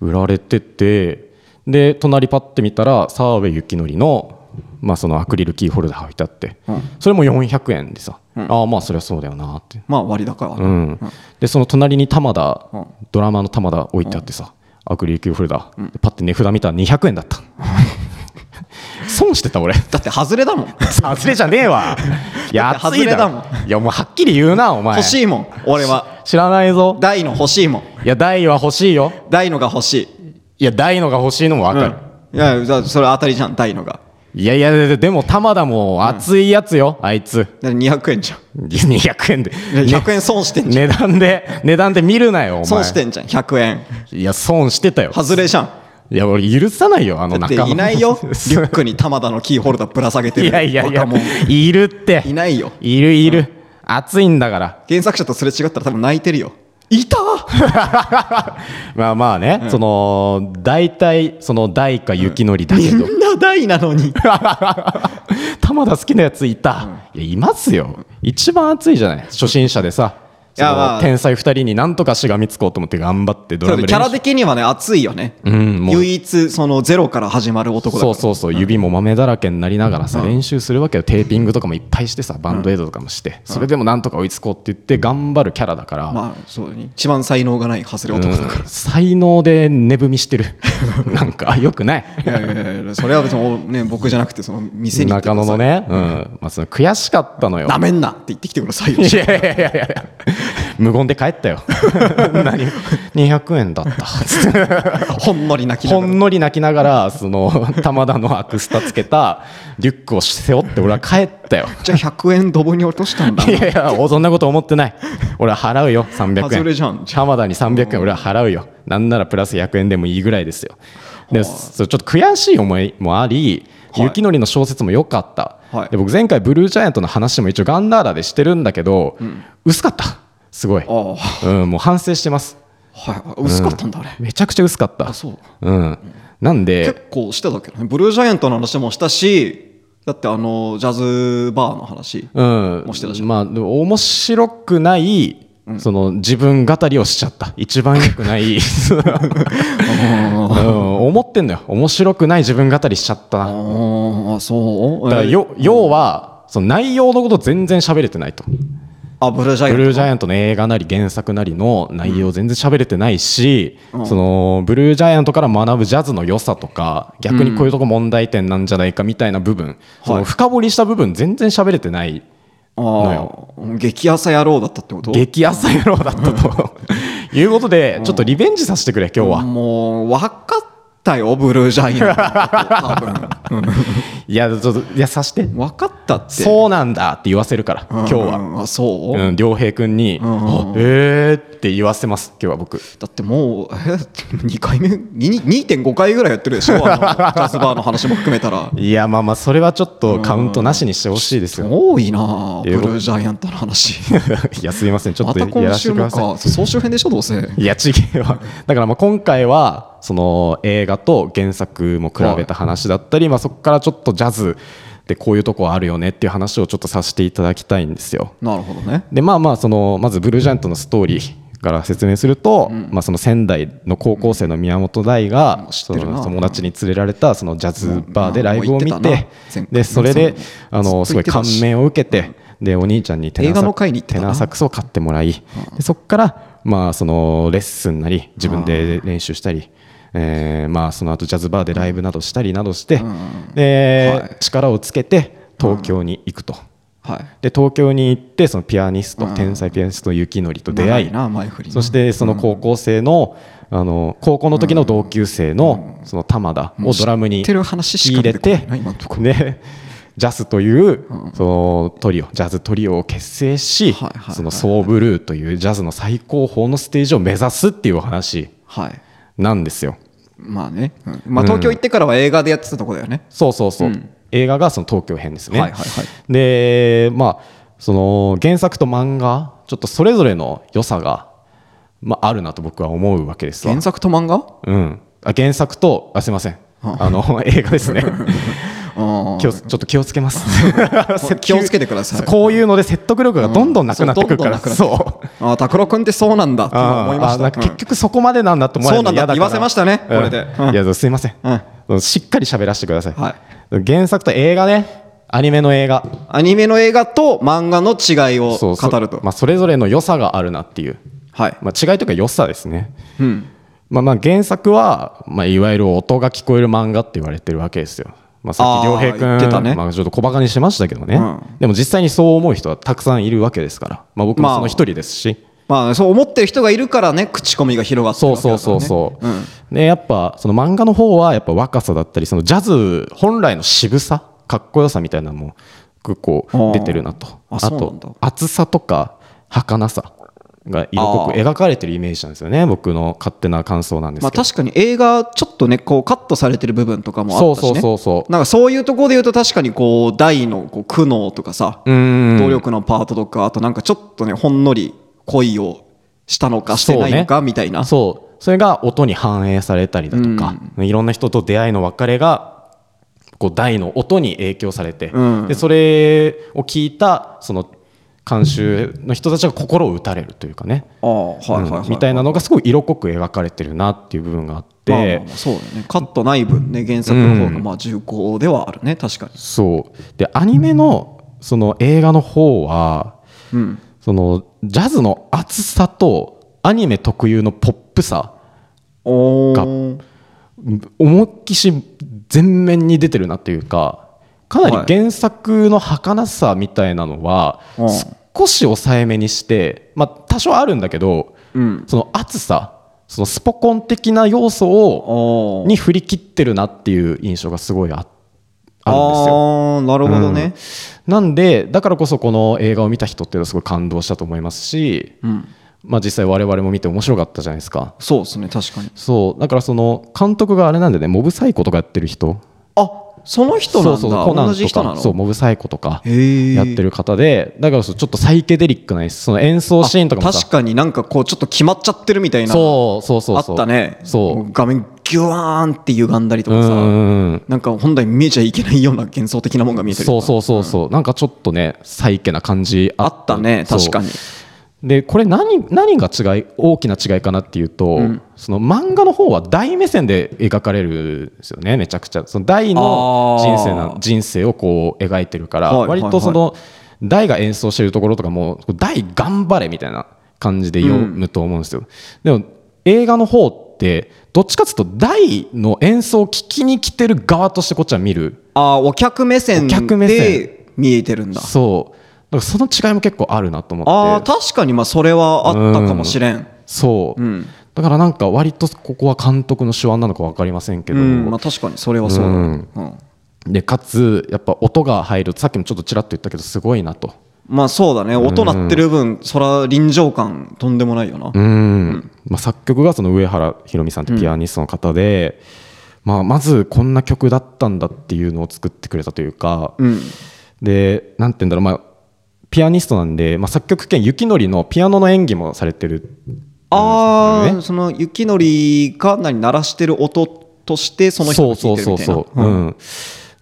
[SPEAKER 2] うん、売られててで隣パッて見たら澤部幸則の,、まあそのアクリルキーホルダー置いてあって、
[SPEAKER 1] うん
[SPEAKER 2] それも400円でさ、ああまあそりゃそうだよなって、
[SPEAKER 1] まあ割高は、
[SPEAKER 2] うんでその隣に玉田、
[SPEAKER 1] うん
[SPEAKER 2] ドラマの玉田置いてあってさ、アクリルキーホルダー、でパッて値札見たら200円だった損してた俺
[SPEAKER 1] だって外れだもん
[SPEAKER 2] 外れじゃねえ わ安いだろ
[SPEAKER 1] 外れだ
[SPEAKER 2] いやもうはっきり言うなお前
[SPEAKER 1] 欲しいもん俺は
[SPEAKER 2] 知らないぞ
[SPEAKER 1] 大の欲しいもん
[SPEAKER 2] いや大は欲しいよ
[SPEAKER 1] 大のが欲しい
[SPEAKER 2] いや大のが欲しいのも分かる、
[SPEAKER 1] うん、いやだそれ当たりじゃん大のが
[SPEAKER 2] いやいや、ででも玉田も熱いやつよ、あいつ。
[SPEAKER 1] だから200円じゃん
[SPEAKER 2] 200円で。
[SPEAKER 1] 100円損してんじゃん、
[SPEAKER 2] ね値段で、値段で見るなよ、お前。
[SPEAKER 1] 損してんじゃん100円
[SPEAKER 2] いや、損してたよ。
[SPEAKER 1] 外れじゃん
[SPEAKER 2] いや、俺許さないよ、あの
[SPEAKER 1] だって
[SPEAKER 2] 仲間。
[SPEAKER 1] いない よリュックに玉田のキーホルダーぶら下げてる
[SPEAKER 2] いやいやいや
[SPEAKER 1] 若者、
[SPEAKER 2] いるって。
[SPEAKER 1] いないよ
[SPEAKER 2] いるいる。熱いんだから。
[SPEAKER 1] 原作者とすれ違ったら多分泣いてるよいた
[SPEAKER 2] まあまあね、その、大体、その、大か雪のりだけど。
[SPEAKER 1] みんな大なのに
[SPEAKER 2] 玉田好きなやついた、いやいますよ一番熱いじゃない初心者でさ
[SPEAKER 1] いや
[SPEAKER 2] その
[SPEAKER 1] まあ
[SPEAKER 2] 天才2人になんとかしがみつこうと思って頑張ってド
[SPEAKER 1] そ
[SPEAKER 2] ラ
[SPEAKER 1] う
[SPEAKER 2] ム
[SPEAKER 1] ね
[SPEAKER 2] 練
[SPEAKER 1] キャ
[SPEAKER 2] 習
[SPEAKER 1] ラ的にはね熱いよね、
[SPEAKER 2] うんもう
[SPEAKER 1] 唯一そのゼロから始まる男だか
[SPEAKER 2] そ
[SPEAKER 1] ら
[SPEAKER 2] うそうそう、指も豆だらけになりながらさ、練習するわけよテーピングとかもいっぱいしてさバンドエイドとかもして、それでもなんとか追いつこうって言って頑張るキャラだから、
[SPEAKER 1] まあそうね一番才能がない外れ
[SPEAKER 2] うん
[SPEAKER 1] 男だから、
[SPEAKER 2] 才能で値踏みしてる なんかよくない
[SPEAKER 1] いやいやいやいやそれは別に、ね、僕じゃなくてその店に行って
[SPEAKER 2] 中野のね、うんまあ、その悔しかったのよ
[SPEAKER 1] なめんなって言ってきてくださいよ
[SPEAKER 2] いやいやいやいやいや無言で帰ったよ何200円だった
[SPEAKER 1] ほんのり泣きな
[SPEAKER 2] ほ
[SPEAKER 1] が
[SPEAKER 2] んのり泣きながらその玉田のアクスタつけたリュックを背負って俺は帰ったよ
[SPEAKER 1] らじゃあ100円ドブに落としたんだ
[SPEAKER 2] いやいや おそんなこと思ってない俺は払うよ300円
[SPEAKER 1] 外れじゃん
[SPEAKER 2] 玉田に300円俺は払うよなんならプラス100円でもいいぐらいですよでそれちょっと悔しい思いもあり、
[SPEAKER 1] はい
[SPEAKER 2] 雪のりの小説も良かった、
[SPEAKER 1] はい
[SPEAKER 2] で僕前回ブルージャイアントの話も一応ガンダーラでしてるんだけど、薄かったすごい
[SPEAKER 1] ああ
[SPEAKER 2] うん、もう反省してます。
[SPEAKER 1] はい、薄かったんだあれ、
[SPEAKER 2] めちゃくちゃ薄かった。
[SPEAKER 1] あそう
[SPEAKER 2] うん。なんで、
[SPEAKER 1] 結構してたけどねブルージャイアントの話もしたしだってあのジャズバーの話
[SPEAKER 2] うん
[SPEAKER 1] もうしてたじ。
[SPEAKER 2] まあ、でも面白くない、その自分語りをしちゃった。一番良く ない。うん、思ってんのよ。面白くない自分語りしちゃったな。
[SPEAKER 1] ああそう
[SPEAKER 2] だからよ要は、その内容のこと全然喋れてないと。
[SPEAKER 1] あブルージャイアン
[SPEAKER 2] ブ
[SPEAKER 1] ト
[SPEAKER 2] ルージャイアントの映画なり原作なりの内容全然喋れてないし、そのブルージャイアントから学ぶジャズの良さとか逆にこういうとこ問題点なんじゃないかみたいな部分、その深掘りした部分全然喋れてないの
[SPEAKER 1] ああ激朝野郎だったってこと
[SPEAKER 2] 激朝野郎だった ということでちょっとリベンジさせてくれ今日は、
[SPEAKER 1] もう分かったよブルージャイアントのこと多分、
[SPEAKER 2] いやちょっといやさして
[SPEAKER 1] うん、分かったってう
[SPEAKER 2] そうなんだって言わせるから今日は、
[SPEAKER 1] はあそう、
[SPEAKER 2] うん、良平君に「あえー」って言わせます今日は僕。
[SPEAKER 1] だってもうえ2回目に2.5回ぐらいやってるでしょあのジャズバーの話も含めたら
[SPEAKER 2] いやまあまあそれはちょっとカウントなしにしてほしいですよ
[SPEAKER 1] 多いなあブ
[SPEAKER 2] いや
[SPEAKER 1] ルージャイアントの話
[SPEAKER 2] いや、すいません、ちょっ
[SPEAKER 1] ま
[SPEAKER 2] と
[SPEAKER 1] た
[SPEAKER 2] や
[SPEAKER 1] 今
[SPEAKER 2] らせ
[SPEAKER 1] 週
[SPEAKER 2] てく
[SPEAKER 1] も
[SPEAKER 2] ださ
[SPEAKER 1] かそう総集編でしょどうせ
[SPEAKER 2] い。いや、ちげえわ。 だから、まあ、今回は、その映画と原作も比べた話だったり、まあ、そこからちょっとジャズでこういうとこあるよねっていう話をちょっとさせていただきたいんですよ。
[SPEAKER 1] なるほどね
[SPEAKER 2] で、まあまあ、その、まずブルージャイアントのストーリーから説明すると、まあ、その仙台の高校生の宮本大が、
[SPEAKER 1] 知っ
[SPEAKER 2] そ
[SPEAKER 1] てるな
[SPEAKER 2] の友達に連れられた、そのジャズバーでライブを見
[SPEAKER 1] もう言って
[SPEAKER 2] て
[SPEAKER 1] たな、
[SPEAKER 2] で、それで
[SPEAKER 1] 前回、
[SPEAKER 2] あの、
[SPEAKER 1] ず
[SPEAKER 2] す
[SPEAKER 1] っと言っ
[SPEAKER 2] ご
[SPEAKER 1] て
[SPEAKER 2] い
[SPEAKER 1] た
[SPEAKER 2] 感
[SPEAKER 1] し
[SPEAKER 2] 銘を受けて、で、お兄ちゃんにテナ
[SPEAKER 1] 映
[SPEAKER 2] サ
[SPEAKER 1] 画の回に行ってた
[SPEAKER 2] テ
[SPEAKER 1] な
[SPEAKER 2] ナーサックスを買ってもらい、でそこから、まあ、そのレッスンなり自分で練習したり、えーまあ、その後ジャズバーでライブなどしたりなどして、で
[SPEAKER 1] はい
[SPEAKER 2] 力をつけて東京に行くと。
[SPEAKER 1] はい
[SPEAKER 2] で東京に行ってそのピアニスト、天才ピアニスト雪のりと出会
[SPEAKER 1] 長
[SPEAKER 2] い
[SPEAKER 1] いな前振りな
[SPEAKER 2] そしてその高校生の,、あの高校の時の同級生のその玉田をドラムに
[SPEAKER 1] 知ってる話しか
[SPEAKER 2] 入
[SPEAKER 1] 出
[SPEAKER 2] れ
[SPEAKER 1] てこない
[SPEAKER 2] て
[SPEAKER 1] な今のとこ
[SPEAKER 2] でジャズというそのトリオジャズトリオを結成し
[SPEAKER 1] はいはいはい
[SPEAKER 2] そのソーブルーというジャズの最高峰のステージを目指すっていうお話
[SPEAKER 1] はい
[SPEAKER 2] なんですよ。
[SPEAKER 1] まあね、うんまあ、東京行ってからは映画でやってたとこだよね、
[SPEAKER 2] そうそうそう、
[SPEAKER 1] うん
[SPEAKER 2] 映画がその東京編ですね、
[SPEAKER 1] はいはいはい
[SPEAKER 2] でまあその原作と漫画ちょっとそれぞれの良さが、まあ、あるなと僕は思うわけですわ
[SPEAKER 1] 原作と漫画
[SPEAKER 2] うん、あ原作とあすいません
[SPEAKER 1] あ
[SPEAKER 2] あの 映 画ですね
[SPEAKER 1] あ
[SPEAKER 2] 気をちょっと気をつけます
[SPEAKER 1] 気をつけてください
[SPEAKER 2] こういうので説得力がどんどんなくなってくるから、
[SPEAKER 1] うんそうどんどんなくな
[SPEAKER 2] そう
[SPEAKER 1] ああ拓郎君ってそうなんだって
[SPEAKER 2] あ
[SPEAKER 1] 思いま
[SPEAKER 2] あ
[SPEAKER 1] し
[SPEAKER 2] な
[SPEAKER 1] た
[SPEAKER 2] んか結局そこまでなんだと思われるの
[SPEAKER 1] そうなんだって
[SPEAKER 2] 嫌から
[SPEAKER 1] 言わせましたねこれで
[SPEAKER 2] うん
[SPEAKER 1] うん
[SPEAKER 2] いやすいません
[SPEAKER 1] うん、
[SPEAKER 2] しっかり喋らせてください、
[SPEAKER 1] はい
[SPEAKER 2] 原作と映画ねアニメの映画
[SPEAKER 1] うんアニメの映画と漫画の違いを
[SPEAKER 2] そうそ
[SPEAKER 1] 語ると
[SPEAKER 2] まあ、それぞれの良さがあるなっていう、
[SPEAKER 1] はい、
[SPEAKER 2] まあ、違いというか良さですね
[SPEAKER 1] うん、
[SPEAKER 2] まあ、まあ原作は、まあ、いわゆる音が聞こえる漫画って言われてるわけですよ、まあ、さっき
[SPEAKER 1] あー
[SPEAKER 2] 良平君
[SPEAKER 1] 言ってたね
[SPEAKER 2] まあ、ちょっと小バカにしてましたけどね、
[SPEAKER 1] うん
[SPEAKER 2] でも実際にそう思う人はたくさんいるわけですから、まあ、僕もその一人ですし、
[SPEAKER 1] まあそう思ってる人がいるからね口コミが広がってる
[SPEAKER 2] そう
[SPEAKER 1] わけ
[SPEAKER 2] そ
[SPEAKER 1] だ
[SPEAKER 2] う
[SPEAKER 1] から
[SPEAKER 2] そう
[SPEAKER 1] ね
[SPEAKER 2] そう、
[SPEAKER 1] うん
[SPEAKER 2] でやっぱその漫画の方はやっぱ若さだったりそのジャズ本来の渋さかっこよさみたいなのも結構出てるなと
[SPEAKER 1] あーあ
[SPEAKER 2] あ
[SPEAKER 1] そうなんだ
[SPEAKER 2] と厚さとか儚さが色濃く描かれてるイメージなんですよね僕の勝手な感想なんですけど、
[SPEAKER 1] まあ、確かに映画ちょっとねこうカットされてる部分とかもあったし、ね、
[SPEAKER 2] そうそうそうそう
[SPEAKER 1] なんかそういうところで言うと確かにこう大のこう苦悩とかさ、
[SPEAKER 2] うん
[SPEAKER 1] 努力のパートとかあとなんかちょっとねほんのり恋をしたのかしてないの
[SPEAKER 2] そ
[SPEAKER 1] か
[SPEAKER 2] うね
[SPEAKER 1] みたいな
[SPEAKER 2] そうそれが音に反映されたりだとか、いろんな人と出会いの別れがこう大の音に影響されて、
[SPEAKER 1] うん
[SPEAKER 2] でそれを聞いたその監修の人たちが心を打たれるというかね、
[SPEAKER 1] ああはいはいはい、
[SPEAKER 2] うんみたいなのがすごい色濃く描かれてるなっていう部分があって、
[SPEAKER 1] まあまあまあそうだねカットない分ね原作の方がまあ重厚ではあるね確かに
[SPEAKER 2] そうでアニメのその映画の方は
[SPEAKER 1] うん
[SPEAKER 2] そのジャズの熱さとアニメ特有のポップさ
[SPEAKER 1] お
[SPEAKER 2] が
[SPEAKER 1] ー
[SPEAKER 2] 思いっきし全面に出てるなっていうかかなり原作の儚さみたいなのは
[SPEAKER 1] うん
[SPEAKER 2] 少し抑えめにして、まあ、多少あるんだけど
[SPEAKER 1] うん
[SPEAKER 2] その熱さそのスポコン的な要素を
[SPEAKER 1] おー
[SPEAKER 2] に振り切ってるなっていう印象がすごいああるんですよ。
[SPEAKER 1] ああなるほどね、
[SPEAKER 2] なんでだからこそこの映画を見た人っていうのはすごい感動したと思いますし、
[SPEAKER 1] うん、
[SPEAKER 2] まあ、実際我々も見て面白かったじゃないですか。
[SPEAKER 1] そうですね確かに
[SPEAKER 2] そうだからその監督があれなんでねモブサイコとかやってる人
[SPEAKER 1] あその人なんだ
[SPEAKER 2] そうそうコナンとか
[SPEAKER 1] 同じ人なの
[SPEAKER 2] そうモブサイコとか
[SPEAKER 1] へー
[SPEAKER 2] やってる方でだからそうちょっとサイケデリックな演出その演奏シーンとかも
[SPEAKER 1] あ
[SPEAKER 2] さ
[SPEAKER 1] 確かになんかこうちょっと決まっちゃってるみたいな
[SPEAKER 2] そうそうそうそう
[SPEAKER 1] あったね
[SPEAKER 2] そう
[SPEAKER 1] 画面ギュワーンって歪んだりと
[SPEAKER 2] うん
[SPEAKER 1] かさ、
[SPEAKER 2] うんうん
[SPEAKER 1] なんか本来見えちゃいけないような幻想的なもんが見えたり
[SPEAKER 2] そ
[SPEAKER 1] と
[SPEAKER 2] う
[SPEAKER 1] か
[SPEAKER 2] そうそうそうなんかちょっとねサイケな感じ
[SPEAKER 1] あったね
[SPEAKER 2] そう
[SPEAKER 1] 確かに
[SPEAKER 2] でこれ何何が違い大きな違いかなっていうと、
[SPEAKER 1] ん
[SPEAKER 2] その漫画の方は大目線で描かれるんですよねめちゃくちゃその大の
[SPEAKER 1] あー
[SPEAKER 2] 人生な人生をこう描いてるから、
[SPEAKER 1] はい
[SPEAKER 2] 割
[SPEAKER 1] はいは
[SPEAKER 2] と
[SPEAKER 1] い
[SPEAKER 2] その大が演奏してるところとかも大頑張れみたいな感じで読むと思うんですよ、でも映画の方ってどっちかっていうと大の演奏を聴きに来てる側としてこっちは見る
[SPEAKER 1] ああお客目線
[SPEAKER 2] お客目線
[SPEAKER 1] で見えてるんだ
[SPEAKER 2] そうだからその違いも結構あるなと思って
[SPEAKER 1] ああ確かにまあそれはあったかもしれん
[SPEAKER 2] そう、
[SPEAKER 1] うん
[SPEAKER 2] だからなんか割とここは監督の手腕なのか分かりませんけ
[SPEAKER 1] う
[SPEAKER 2] ど、
[SPEAKER 1] んまあ、確かにそれはそうだ、
[SPEAKER 2] うん
[SPEAKER 1] うん
[SPEAKER 2] でかつやっぱ音が入るさっきもちょっとちらっと言ったけどすごいなと
[SPEAKER 1] まあそうだね音鳴ってる分そら臨場感とんでもないよな、
[SPEAKER 2] うん、まあ、作曲がその上原ひろみさんってピアニストの方で、まあ、まずこんな曲だったんだっていうのを作ってくれたというか、
[SPEAKER 1] うん
[SPEAKER 2] でなんて言うんだろう、まあ、ピアニストなんで、まあ、作曲兼雪のりのピアノの演技もされてる
[SPEAKER 1] ああ、
[SPEAKER 2] ね
[SPEAKER 1] その雪のりが何鳴らしてる音としてその人が聞いてるみたいな
[SPEAKER 2] そうそうそうそう、うん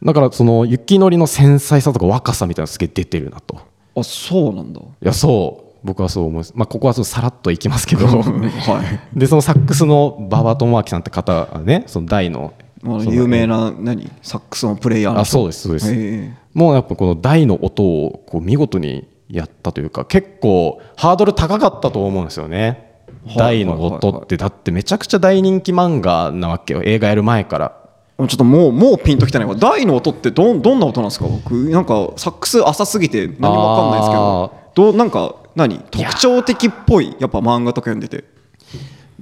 [SPEAKER 2] だからその雪のりの繊細さとか若さみたいなのすげえ出てるなと
[SPEAKER 1] あそうなんだ
[SPEAKER 2] いやそう僕はそう思います、まあ、ここはちょっとさらっといきますけど
[SPEAKER 1] はい
[SPEAKER 2] でそのサックスの馬場智明さんって方はねその大の
[SPEAKER 1] まあ
[SPEAKER 2] その
[SPEAKER 1] 有名な何サックスのプレイヤーの
[SPEAKER 2] あ
[SPEAKER 1] 人
[SPEAKER 2] そうですそうです、
[SPEAKER 1] え
[SPEAKER 2] もうやっぱこの大の音をこう見事にやったというか結構ハードル高かったと思うんですよね
[SPEAKER 1] はい
[SPEAKER 2] 大の音ってだってめちゃくちゃ大人気漫画なわけよ映画やる前から
[SPEAKER 1] えちょっともうもうピンときてないわ大の音ってどんどんな音なんですか僕なんかサックス浅すぎて何もわかんないですけどどうなんか何特徴的っぽいやっぱ漫画とか読んでて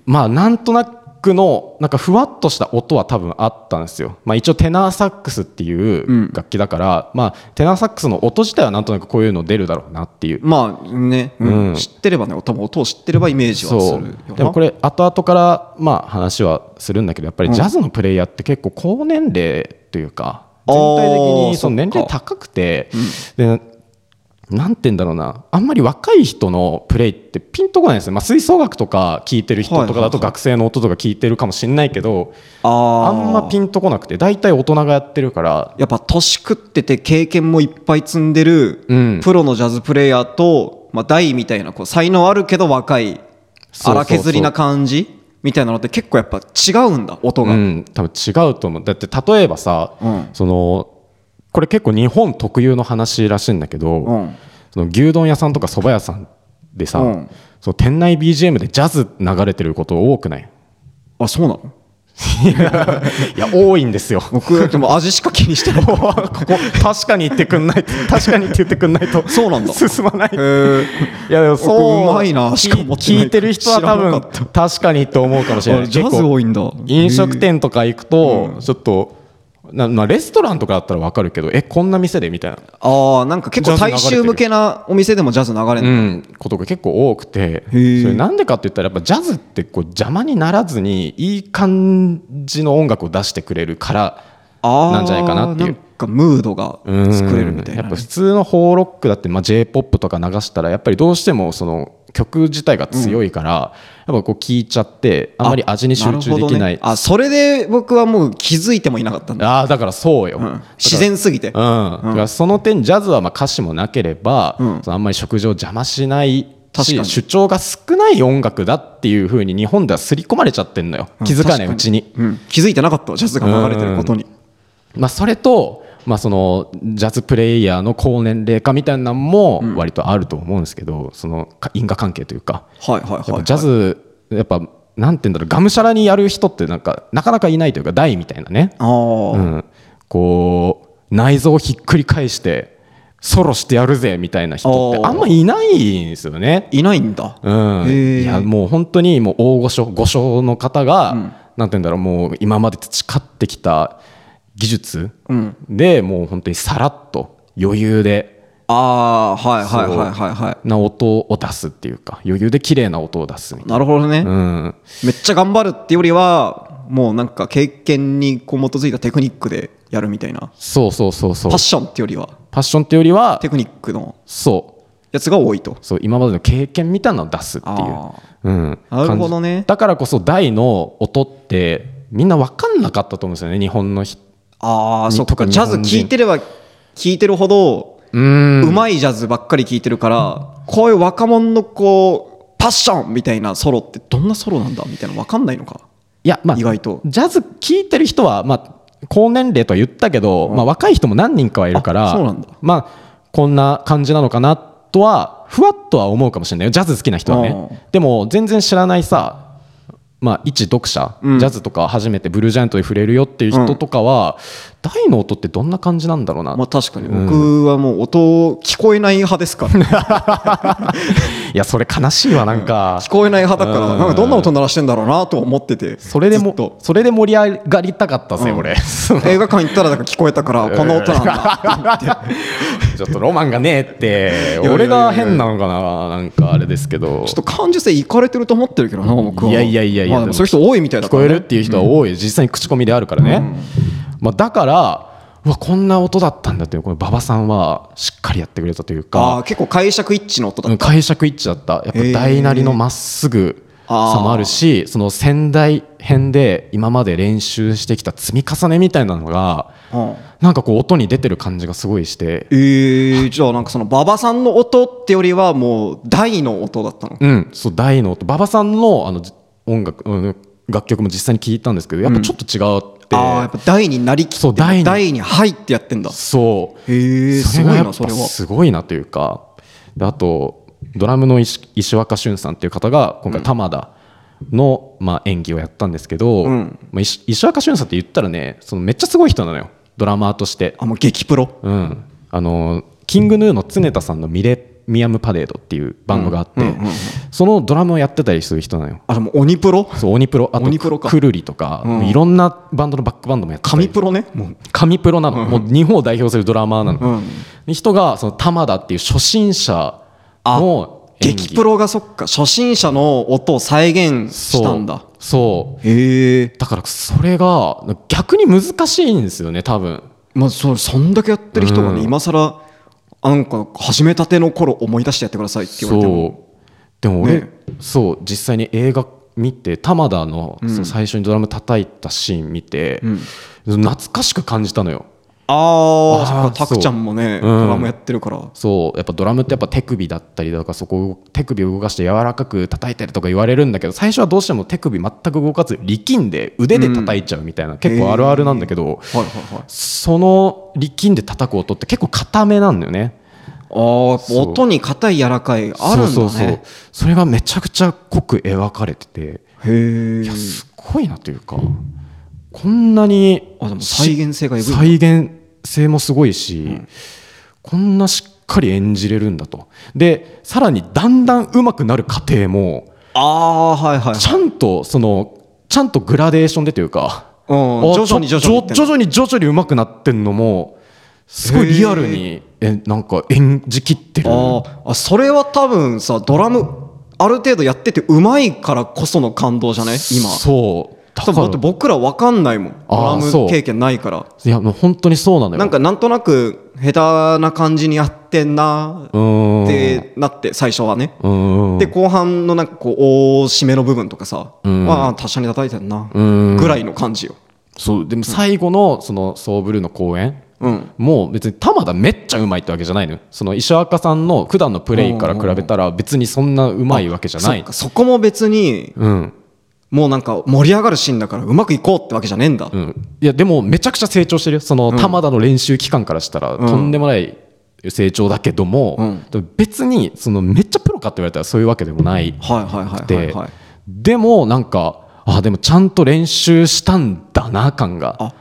[SPEAKER 2] まあなんとなクのなんかふわっとした音は多分あったんですよ、まあ、一応テナーサックスっていう楽器だから、まあ、テナーサックスの音自体はなんとなくこういうの出るだろうなっていう
[SPEAKER 1] まあね、うん
[SPEAKER 2] うん
[SPEAKER 1] 知ってればね多分音を知ってればイメージはす
[SPEAKER 2] そ
[SPEAKER 1] るよな
[SPEAKER 2] うでもこれ後々からまあ話はするんだけどやっぱりジャズのプレイヤーって結構高年齢というか
[SPEAKER 1] あ
[SPEAKER 2] 全
[SPEAKER 1] ー
[SPEAKER 2] 体的に
[SPEAKER 1] そっ
[SPEAKER 2] その年
[SPEAKER 1] か
[SPEAKER 2] 齢高くてでなんて言うんだろうなあんまり若い人のプレイってピンとこないんですよ、まあ、吹奏楽とか聴いてる人とか
[SPEAKER 1] はいは
[SPEAKER 2] だ
[SPEAKER 1] いは
[SPEAKER 2] と
[SPEAKER 1] い
[SPEAKER 2] 学生の音とか聞いてるかもしれないけど
[SPEAKER 1] あ
[SPEAKER 2] あんまピ
[SPEAKER 1] ン
[SPEAKER 2] ンとこなくて大体大人がやってるから
[SPEAKER 1] やっぱ年食ってて経験もいっぱい積んでる、
[SPEAKER 2] うん
[SPEAKER 1] プロのジャズプレイヤーと、まあ、大みたいなこう才能あるけど若い
[SPEAKER 2] そうそうそう
[SPEAKER 1] 荒削りな感じみたいなのって結構やっぱ違うんだ音が、
[SPEAKER 2] うん、多分違うと思うだって例えばさ、
[SPEAKER 1] うん
[SPEAKER 2] そのこれ結構日本特有の話らしいんだけど、
[SPEAKER 1] うん
[SPEAKER 2] その牛丼屋さんとか蕎麦屋さんでさ、
[SPEAKER 1] うん
[SPEAKER 2] その店内 BGM でジャズ流れてること多く ない
[SPEAKER 1] あそうなの
[SPEAKER 2] いや多いんですよこ
[SPEAKER 1] 僕でも味しか気にしてない
[SPEAKER 2] こ確かに言ってくんな いと確かにって言ってくんないと
[SPEAKER 1] そうなんだ
[SPEAKER 2] 進まない
[SPEAKER 1] えー
[SPEAKER 2] いやでもそう
[SPEAKER 1] うまいなしか持ってない
[SPEAKER 2] 聞いてる人は多
[SPEAKER 1] 知らな
[SPEAKER 2] 分
[SPEAKER 1] か
[SPEAKER 2] 確かにと思うかもしれな
[SPEAKER 1] あ
[SPEAKER 2] い
[SPEAKER 1] ジャ
[SPEAKER 2] 結
[SPEAKER 1] ズ
[SPEAKER 2] 構
[SPEAKER 1] 多いんだ
[SPEAKER 2] 飲食店とか行くとちょっと、なまあ、レストランとかだったら分かるけどえこんな店でみたいな、
[SPEAKER 1] ああなんか結構
[SPEAKER 2] ジャズ流れ
[SPEAKER 1] 大
[SPEAKER 2] て
[SPEAKER 1] 衆
[SPEAKER 2] る
[SPEAKER 1] 向けなお店でもジャズ流れる
[SPEAKER 2] う
[SPEAKER 1] の、
[SPEAKER 2] ん、ことが結構多くてそ
[SPEAKER 1] へえ
[SPEAKER 2] れなんでかって言ったらやっぱジャズってこう邪魔にならずにいい感じの音楽を出してくれるから
[SPEAKER 1] あー
[SPEAKER 2] なんじゃないかなっていうん
[SPEAKER 1] かムードが
[SPEAKER 2] うん
[SPEAKER 1] 作れるみたいな
[SPEAKER 2] や
[SPEAKER 1] ね、
[SPEAKER 2] っぱ普通のホーロックだって、まあ、j p o p とか流したらやっぱりどうしてもその曲自体が強いから、やっぱこう聴いちゃってあんまり味に集中できない
[SPEAKER 1] るほどねあそれで僕はもう気づいてもいなかったんだ、
[SPEAKER 2] ああだからそうよ、
[SPEAKER 1] うん
[SPEAKER 2] だから
[SPEAKER 1] 自然すぎて、
[SPEAKER 2] うん、だからその点ジャズはまあ歌詞もなければ、
[SPEAKER 1] うん
[SPEAKER 2] そのあんまり食事を邪魔しない
[SPEAKER 1] 確か
[SPEAKER 2] し
[SPEAKER 1] に
[SPEAKER 2] 主張が少ない音楽だっていうふうに日本では刷り込まれちゃってんのよ、気づかないうちに
[SPEAKER 1] うん気づいてなかったわジャズが流れてることに、
[SPEAKER 2] まあ、それと、まあ、そのジャズプレイヤーの高年齢化みたいなのも割とあると思うんですけど、そのか因果関係というか
[SPEAKER 1] はいはいはい
[SPEAKER 2] やっ
[SPEAKER 1] は
[SPEAKER 2] ぱ
[SPEAKER 1] い
[SPEAKER 2] ジャズやっぱなんて言うんだろうがむしゃらにやる人ってなんかなかなかいないというか大みたいなね、
[SPEAKER 1] あー、
[SPEAKER 2] うん、こう内臓をひっくり返してソロしてやるぜみたいな人って
[SPEAKER 1] あー
[SPEAKER 2] あんまいないんですよね。
[SPEAKER 1] いないんだ、
[SPEAKER 2] うん、
[SPEAKER 1] へー
[SPEAKER 2] いやもう本当にもう大御所御所の方が、なんて言うんだろうもう今まで培ってきた技術
[SPEAKER 1] うん
[SPEAKER 2] でもう本当にさらっと余裕で
[SPEAKER 1] ああーはいはいはいはいは
[SPEAKER 2] な音を出すっていうか余裕で綺麗な音を出すみ
[SPEAKER 1] いなるほどね、
[SPEAKER 2] たいな、うん、
[SPEAKER 1] めっちゃ頑張るってよりはもうなんか経験にこう基づいたテクニックでやるみたいな
[SPEAKER 2] そうそうそうそう
[SPEAKER 1] パッションってよりは
[SPEAKER 2] パッションっていうよりは
[SPEAKER 1] テクニックの
[SPEAKER 2] そう
[SPEAKER 1] やつが多いと
[SPEAKER 2] そう今までの経験みたいなのを出すっていう
[SPEAKER 1] あ、
[SPEAKER 2] うん、
[SPEAKER 1] なるほどね
[SPEAKER 2] 感じだからこそ大の音ってみんな分かんなかったと思うんですよね日本の人
[SPEAKER 1] あーそっ
[SPEAKER 2] と
[SPEAKER 1] か
[SPEAKER 2] か日
[SPEAKER 1] ジャ
[SPEAKER 2] 本
[SPEAKER 1] ズ
[SPEAKER 2] 人
[SPEAKER 1] 聴いてれば聴いてるほど
[SPEAKER 2] うん
[SPEAKER 1] うまいジャズばっかり聴いてるから、こういう若者のこうパッションみたいなソロってどんなソロなんだみたいなの分かんないのか
[SPEAKER 2] いやまあ
[SPEAKER 1] 意外と
[SPEAKER 2] ジャズ聴いてる人は、まあ、高年齢とは言ったけど、まあ、若い人も何人かはいるから
[SPEAKER 1] あそうなんだ
[SPEAKER 2] まあ、こんな感じなのかなとはふわっとは思うかもしれないよジャズ好きな人は
[SPEAKER 1] うん
[SPEAKER 2] ねでも全然知らないさ、まあ、一読者、
[SPEAKER 1] うん
[SPEAKER 2] ジャズとか初めてブルージャイアントに触れるよっていう人とかは、大の音ってどんな感じなんだろうな、
[SPEAKER 1] まあ確かに僕はもう音聞こえない派ですから、
[SPEAKER 2] いやそれ悲しいわなんか、
[SPEAKER 1] 聞こえない派だから
[SPEAKER 2] うん
[SPEAKER 1] なんかどんな音鳴らしてんだろうなとは思ってて
[SPEAKER 2] それで
[SPEAKER 1] ずっと
[SPEAKER 2] もそれで盛り上がりたかったぜ、
[SPEAKER 1] うん
[SPEAKER 2] 俺その
[SPEAKER 1] 映画館行ったらだから聞こえた からこの音なんだ
[SPEAKER 2] ちょっとロマンがねえって
[SPEAKER 1] いや
[SPEAKER 2] 俺が変なのかななんかあれですけど
[SPEAKER 1] ちょっと感受性いかれてると思ってるけどな僕はい
[SPEAKER 2] やいやいやいや
[SPEAKER 1] まあで
[SPEAKER 2] で
[SPEAKER 1] もそうい
[SPEAKER 2] も
[SPEAKER 1] う人多いみたいだ
[SPEAKER 2] 聞
[SPEAKER 1] から
[SPEAKER 2] こ
[SPEAKER 1] ね
[SPEAKER 2] えるっていう人は多い、実際に口コミであるからね、まあ、だからうわこんな音だったんだっていうこの馬場さんはしっかりやってくれたという
[SPEAKER 1] ああ
[SPEAKER 2] か
[SPEAKER 1] 結構解釈一致の音だ
[SPEAKER 2] うん解釈一致だったやっぱ大なりのまっすぐさもあるし、その仙台編で今まで練習してきた積み重ねみたいなのが
[SPEAKER 1] うん
[SPEAKER 2] なんかこう音に出てる感じがすごいして
[SPEAKER 1] えー、じゃあなんかその馬場さんの音ってよりはもう大の音だったの
[SPEAKER 2] うん、そう大の音馬場さんのあのじ音楽、うん、楽曲も実際に聴いたんですけどやっぱちょっと違うって、
[SPEAKER 1] ああやっぱ大になりきって
[SPEAKER 2] そう大に
[SPEAKER 1] 大に入ってやってんだ
[SPEAKER 2] そう
[SPEAKER 1] へえ
[SPEAKER 2] そ
[SPEAKER 1] す
[SPEAKER 2] れ
[SPEAKER 1] ご
[SPEAKER 2] が
[SPEAKER 1] い
[SPEAKER 2] やっぱ
[SPEAKER 1] なそれは
[SPEAKER 2] すごいなというかであとドラムの石石若俊さんっていう方が今回玉田の、まあ、演技をやったんですけど、
[SPEAKER 1] うん
[SPEAKER 2] まあ、石石若俊さんって言ったらねそのめっちゃすごい人なのよドラマーとして、
[SPEAKER 1] あもう激プロ
[SPEAKER 2] うん、あのキングヌーの常田さんの「ミレミアムパレードっていうバンドがあって、
[SPEAKER 1] うんうんうんうん
[SPEAKER 2] そのドラムをやってたりする人なのよ
[SPEAKER 1] あでも鬼プロ
[SPEAKER 2] そう鬼プロあ
[SPEAKER 1] 鬼プロ
[SPEAKER 2] と
[SPEAKER 1] か
[SPEAKER 2] くるりとか、
[SPEAKER 1] うん
[SPEAKER 2] いろんなバンドのバックバンドもやってたり
[SPEAKER 1] 神プロねもう
[SPEAKER 2] 神プロな
[SPEAKER 1] う
[SPEAKER 2] の、
[SPEAKER 1] ん
[SPEAKER 2] もう日本を代表するドラマーなの、
[SPEAKER 1] うん
[SPEAKER 2] 人がその玉田っていう初心者の演技
[SPEAKER 1] 激プロがそっか初心者の音を再現したんだ
[SPEAKER 2] そうそう
[SPEAKER 1] へえ
[SPEAKER 2] だからそれが逆に難しいんですよね多分
[SPEAKER 1] まあそそんだけやってる人がね、
[SPEAKER 2] うん
[SPEAKER 1] 今更なんか始めたての頃思い出してやってくださいって言われても
[SPEAKER 2] そうでも俺、
[SPEAKER 1] ね
[SPEAKER 2] そう実際に映画見て玉田の,、
[SPEAKER 1] うん
[SPEAKER 2] その最初にドラム叩いたシーン見て、
[SPEAKER 1] うん
[SPEAKER 2] 懐かしく感じたのよ
[SPEAKER 1] ああ
[SPEAKER 2] あー
[SPEAKER 1] そっかタクちゃんもね、
[SPEAKER 2] ん
[SPEAKER 1] ドラムやってるから
[SPEAKER 2] そうやっぱドラムってやっぱ手首だったりだとかそこを手首を動かして柔らかく叩いたりとか言われるんだけど最初はどうしても手首全く動かず力んで腕で叩いちゃうみたいな、結構あるあるなんだけど、
[SPEAKER 1] はいはいはい
[SPEAKER 2] その力んで叩く音って結構硬めなんだよね
[SPEAKER 1] あーやっぱ
[SPEAKER 2] そう
[SPEAKER 1] 音に硬い柔らかいあるんだね
[SPEAKER 2] そうそうそうそれがめちゃくちゃ濃く描かれてて
[SPEAKER 1] へえ
[SPEAKER 2] いやすごいなというかこんなに
[SPEAKER 1] あでも再現性がえぐい
[SPEAKER 2] 再現性もすごいし、こんなしっかり演じれるんだとでさらにだんだん上手くなる過程も
[SPEAKER 1] ああーはいはい、はい、
[SPEAKER 2] ちゃんとそのちゃんとグラデーションでというか、
[SPEAKER 1] うん
[SPEAKER 2] あ
[SPEAKER 1] 徐々に
[SPEAKER 2] ち
[SPEAKER 1] 徐
[SPEAKER 2] ょ
[SPEAKER 1] 々にってんの
[SPEAKER 2] 徐々に徐々に上手くなってんのもすごいリアルにえなんか演じきってる
[SPEAKER 1] あーあそれは多分さドラムある程度やっててうまいからこその感動じゃね今
[SPEAKER 2] そうだ
[SPEAKER 1] 多分だって僕ら分かんないもんドラ
[SPEAKER 2] あーそ
[SPEAKER 1] ム
[SPEAKER 2] う
[SPEAKER 1] 経験ないから
[SPEAKER 2] いやもう本当にそうなのよ
[SPEAKER 1] なんかなんとなく下手な感じにやってんな
[SPEAKER 2] う
[SPEAKER 1] っ
[SPEAKER 2] ーん
[SPEAKER 1] てなって最初はね
[SPEAKER 2] うーん
[SPEAKER 1] で後半のなんかこう大締めの部分とかさ
[SPEAKER 2] うん
[SPEAKER 1] まあ達者に叩いてんな
[SPEAKER 2] うん
[SPEAKER 1] ぐらいの感じよ
[SPEAKER 2] そうでも最後のそのソーブルーの公演
[SPEAKER 1] うん
[SPEAKER 2] もう別に玉田めっちゃうまいってわけじゃないのよその石若さんの普段のプレイから比べたら別にそんなうまいわけじゃな
[SPEAKER 1] そ
[SPEAKER 2] い
[SPEAKER 1] っかそこも別に
[SPEAKER 2] うん
[SPEAKER 1] もうなんか盛り上がるシーンだからうまくいこうってわけじゃねえんだ
[SPEAKER 2] うんいやでもめちゃくちゃ成長してるよその玉田の練習期間からしたら
[SPEAKER 1] うん
[SPEAKER 2] とんでもない成長だけども、
[SPEAKER 1] うん
[SPEAKER 2] でも別にそのめっちゃプロかって言われたらそういうわけでもない
[SPEAKER 1] はいはいはいはい
[SPEAKER 2] で
[SPEAKER 1] はい
[SPEAKER 2] でもなんかあでもちゃんと練習したんだな感が
[SPEAKER 1] あ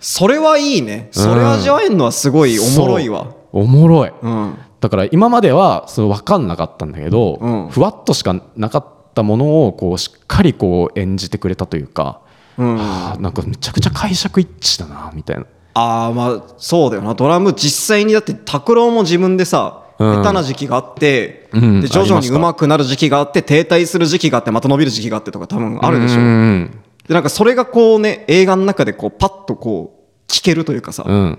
[SPEAKER 1] それはいいねそれ味わえんのはすごいおもろいわ
[SPEAKER 2] そうおもろい
[SPEAKER 1] うん
[SPEAKER 2] だから今まではその分かんなかったんだけど、
[SPEAKER 1] うん
[SPEAKER 2] ふわっとしかなかったものをこうしっかりこう演じてくれたというか、
[SPEAKER 1] うん
[SPEAKER 2] はあなんかめちゃくちゃ解釈一致だなみたいな
[SPEAKER 1] ああまあそうだよなドラム実際にだって拓郎も自分でさ、
[SPEAKER 2] うん
[SPEAKER 1] 下手な時期があって、
[SPEAKER 2] うん
[SPEAKER 1] で徐々
[SPEAKER 2] ありま
[SPEAKER 1] に
[SPEAKER 2] した
[SPEAKER 1] 上手くなる時期があって停滞する時期があってまた伸びる時期があってとか多分あるでしょ、
[SPEAKER 2] うんうん
[SPEAKER 1] でなんかそれがこうね映画の中でこうパッとこう聞けるというかさ、
[SPEAKER 2] うんうん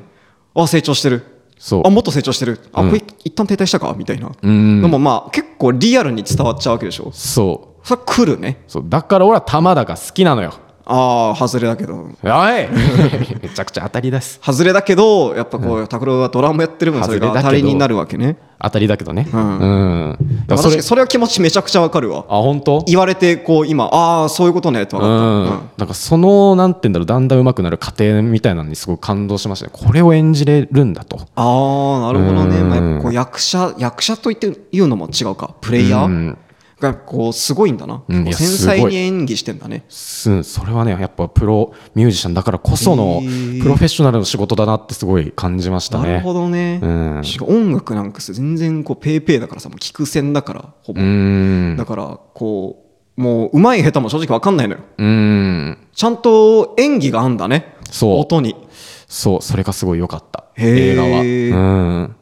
[SPEAKER 1] あ成長してる
[SPEAKER 2] そう
[SPEAKER 1] あもっと成長してるあ、
[SPEAKER 2] うん
[SPEAKER 1] これ一旦停滞したかみたいな、
[SPEAKER 2] うん
[SPEAKER 1] のもまあ結構リアルに伝わっちゃうわけでしょ
[SPEAKER 2] そう
[SPEAKER 1] それは来るね
[SPEAKER 2] そうだから俺は玉田が好きなのよ
[SPEAKER 1] ああ外れだけど
[SPEAKER 2] おいめちゃくちゃ当たりです
[SPEAKER 1] 外れだけどやっぱこう拓郎はドラムやってる分それが当たりになるわけね
[SPEAKER 2] 当たりだけどねうんん、だか
[SPEAKER 1] 確
[SPEAKER 2] らそ
[SPEAKER 1] か
[SPEAKER 2] れ
[SPEAKER 1] にそれは気持ちめちゃくちゃわかるわ
[SPEAKER 2] あ本当
[SPEAKER 1] 言われてこう今ああそういうことねって分
[SPEAKER 2] う
[SPEAKER 1] かっ
[SPEAKER 2] ん
[SPEAKER 1] た、
[SPEAKER 2] なんかそのなんて言うんだろうだんだん上手くなる過程みたいなのにすごい感動しましたねこれを演じれるんだと
[SPEAKER 1] ああなるほどね、
[SPEAKER 2] うん
[SPEAKER 1] まあ、やっぱこう役者役者と言って言うのも違うかプレイヤ
[SPEAKER 2] う
[SPEAKER 1] ー
[SPEAKER 2] ん
[SPEAKER 1] がこうすごいんだな、
[SPEAKER 2] うんいや
[SPEAKER 1] 繊細に演技してんだね
[SPEAKER 2] うんそれはねやっぱプロミュージシャンだからこその
[SPEAKER 1] へー
[SPEAKER 2] プロフェッショナルの仕事だなってすごい感じました
[SPEAKER 1] な
[SPEAKER 2] ね。
[SPEAKER 1] るほどね、
[SPEAKER 2] うん
[SPEAKER 1] しかも音楽なんかさ全然こうペーペーだからさもう聞く線だからほぼ、
[SPEAKER 2] うん
[SPEAKER 1] だからこうもう上手い下手も正直分かんないのよ
[SPEAKER 2] うん
[SPEAKER 1] ちゃんと演技があんだね
[SPEAKER 2] そう
[SPEAKER 1] 音に
[SPEAKER 2] そうそれがすごい良かった
[SPEAKER 1] へー
[SPEAKER 2] 映画は。うん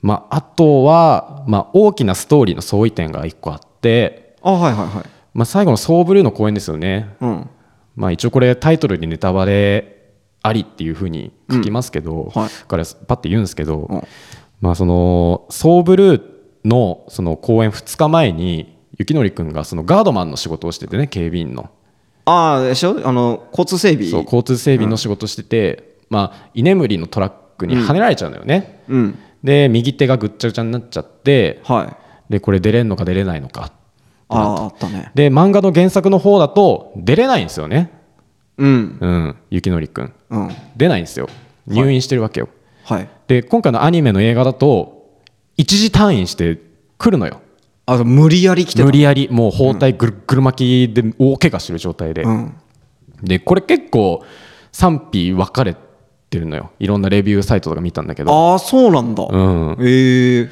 [SPEAKER 2] まあ、あとは、まあ、大きなストーリーの相違点が一個あって、
[SPEAKER 1] あはいはいはい
[SPEAKER 2] まあ、最後の「ソーブルー」の公演ですよね、
[SPEAKER 1] うん
[SPEAKER 2] まあ、一応これタイトルにネタバレありっていうふうに書きますけど、
[SPEAKER 1] うんはい
[SPEAKER 2] からパッて言うんですけど、
[SPEAKER 1] うん
[SPEAKER 2] まあ、そのソーブルーのその公演2日前に幸典君がそのガードマンの仕事をしててね警備員の
[SPEAKER 1] ああでしょあの交通整備
[SPEAKER 2] そう交通整備の仕事をしてて、まあ、居眠りのトラックにはねられちゃうんだよね、
[SPEAKER 1] うん
[SPEAKER 2] で右手がぐっちゃぐちゃになっちゃって
[SPEAKER 1] はい
[SPEAKER 2] でこれ出れんのか出れないのか
[SPEAKER 1] あああったね
[SPEAKER 2] で漫画の原作の方だと出れないんですよね
[SPEAKER 1] うん
[SPEAKER 2] うん幸典君
[SPEAKER 1] うん
[SPEAKER 2] 出ないんですよ入院してるわけよ、
[SPEAKER 1] はい
[SPEAKER 2] で今回のアニメの映画だと一時退院してくるのよ
[SPEAKER 1] あの無理やり来てた
[SPEAKER 2] 無理やりもう包帯ぐるっぐる巻きで大怪我してる状態で、
[SPEAKER 1] うん
[SPEAKER 2] でこれ結構賛否分かれてるのよいろんなレビューサイトとか見たんだけど
[SPEAKER 1] ああそうなんだ
[SPEAKER 2] うん
[SPEAKER 1] ええ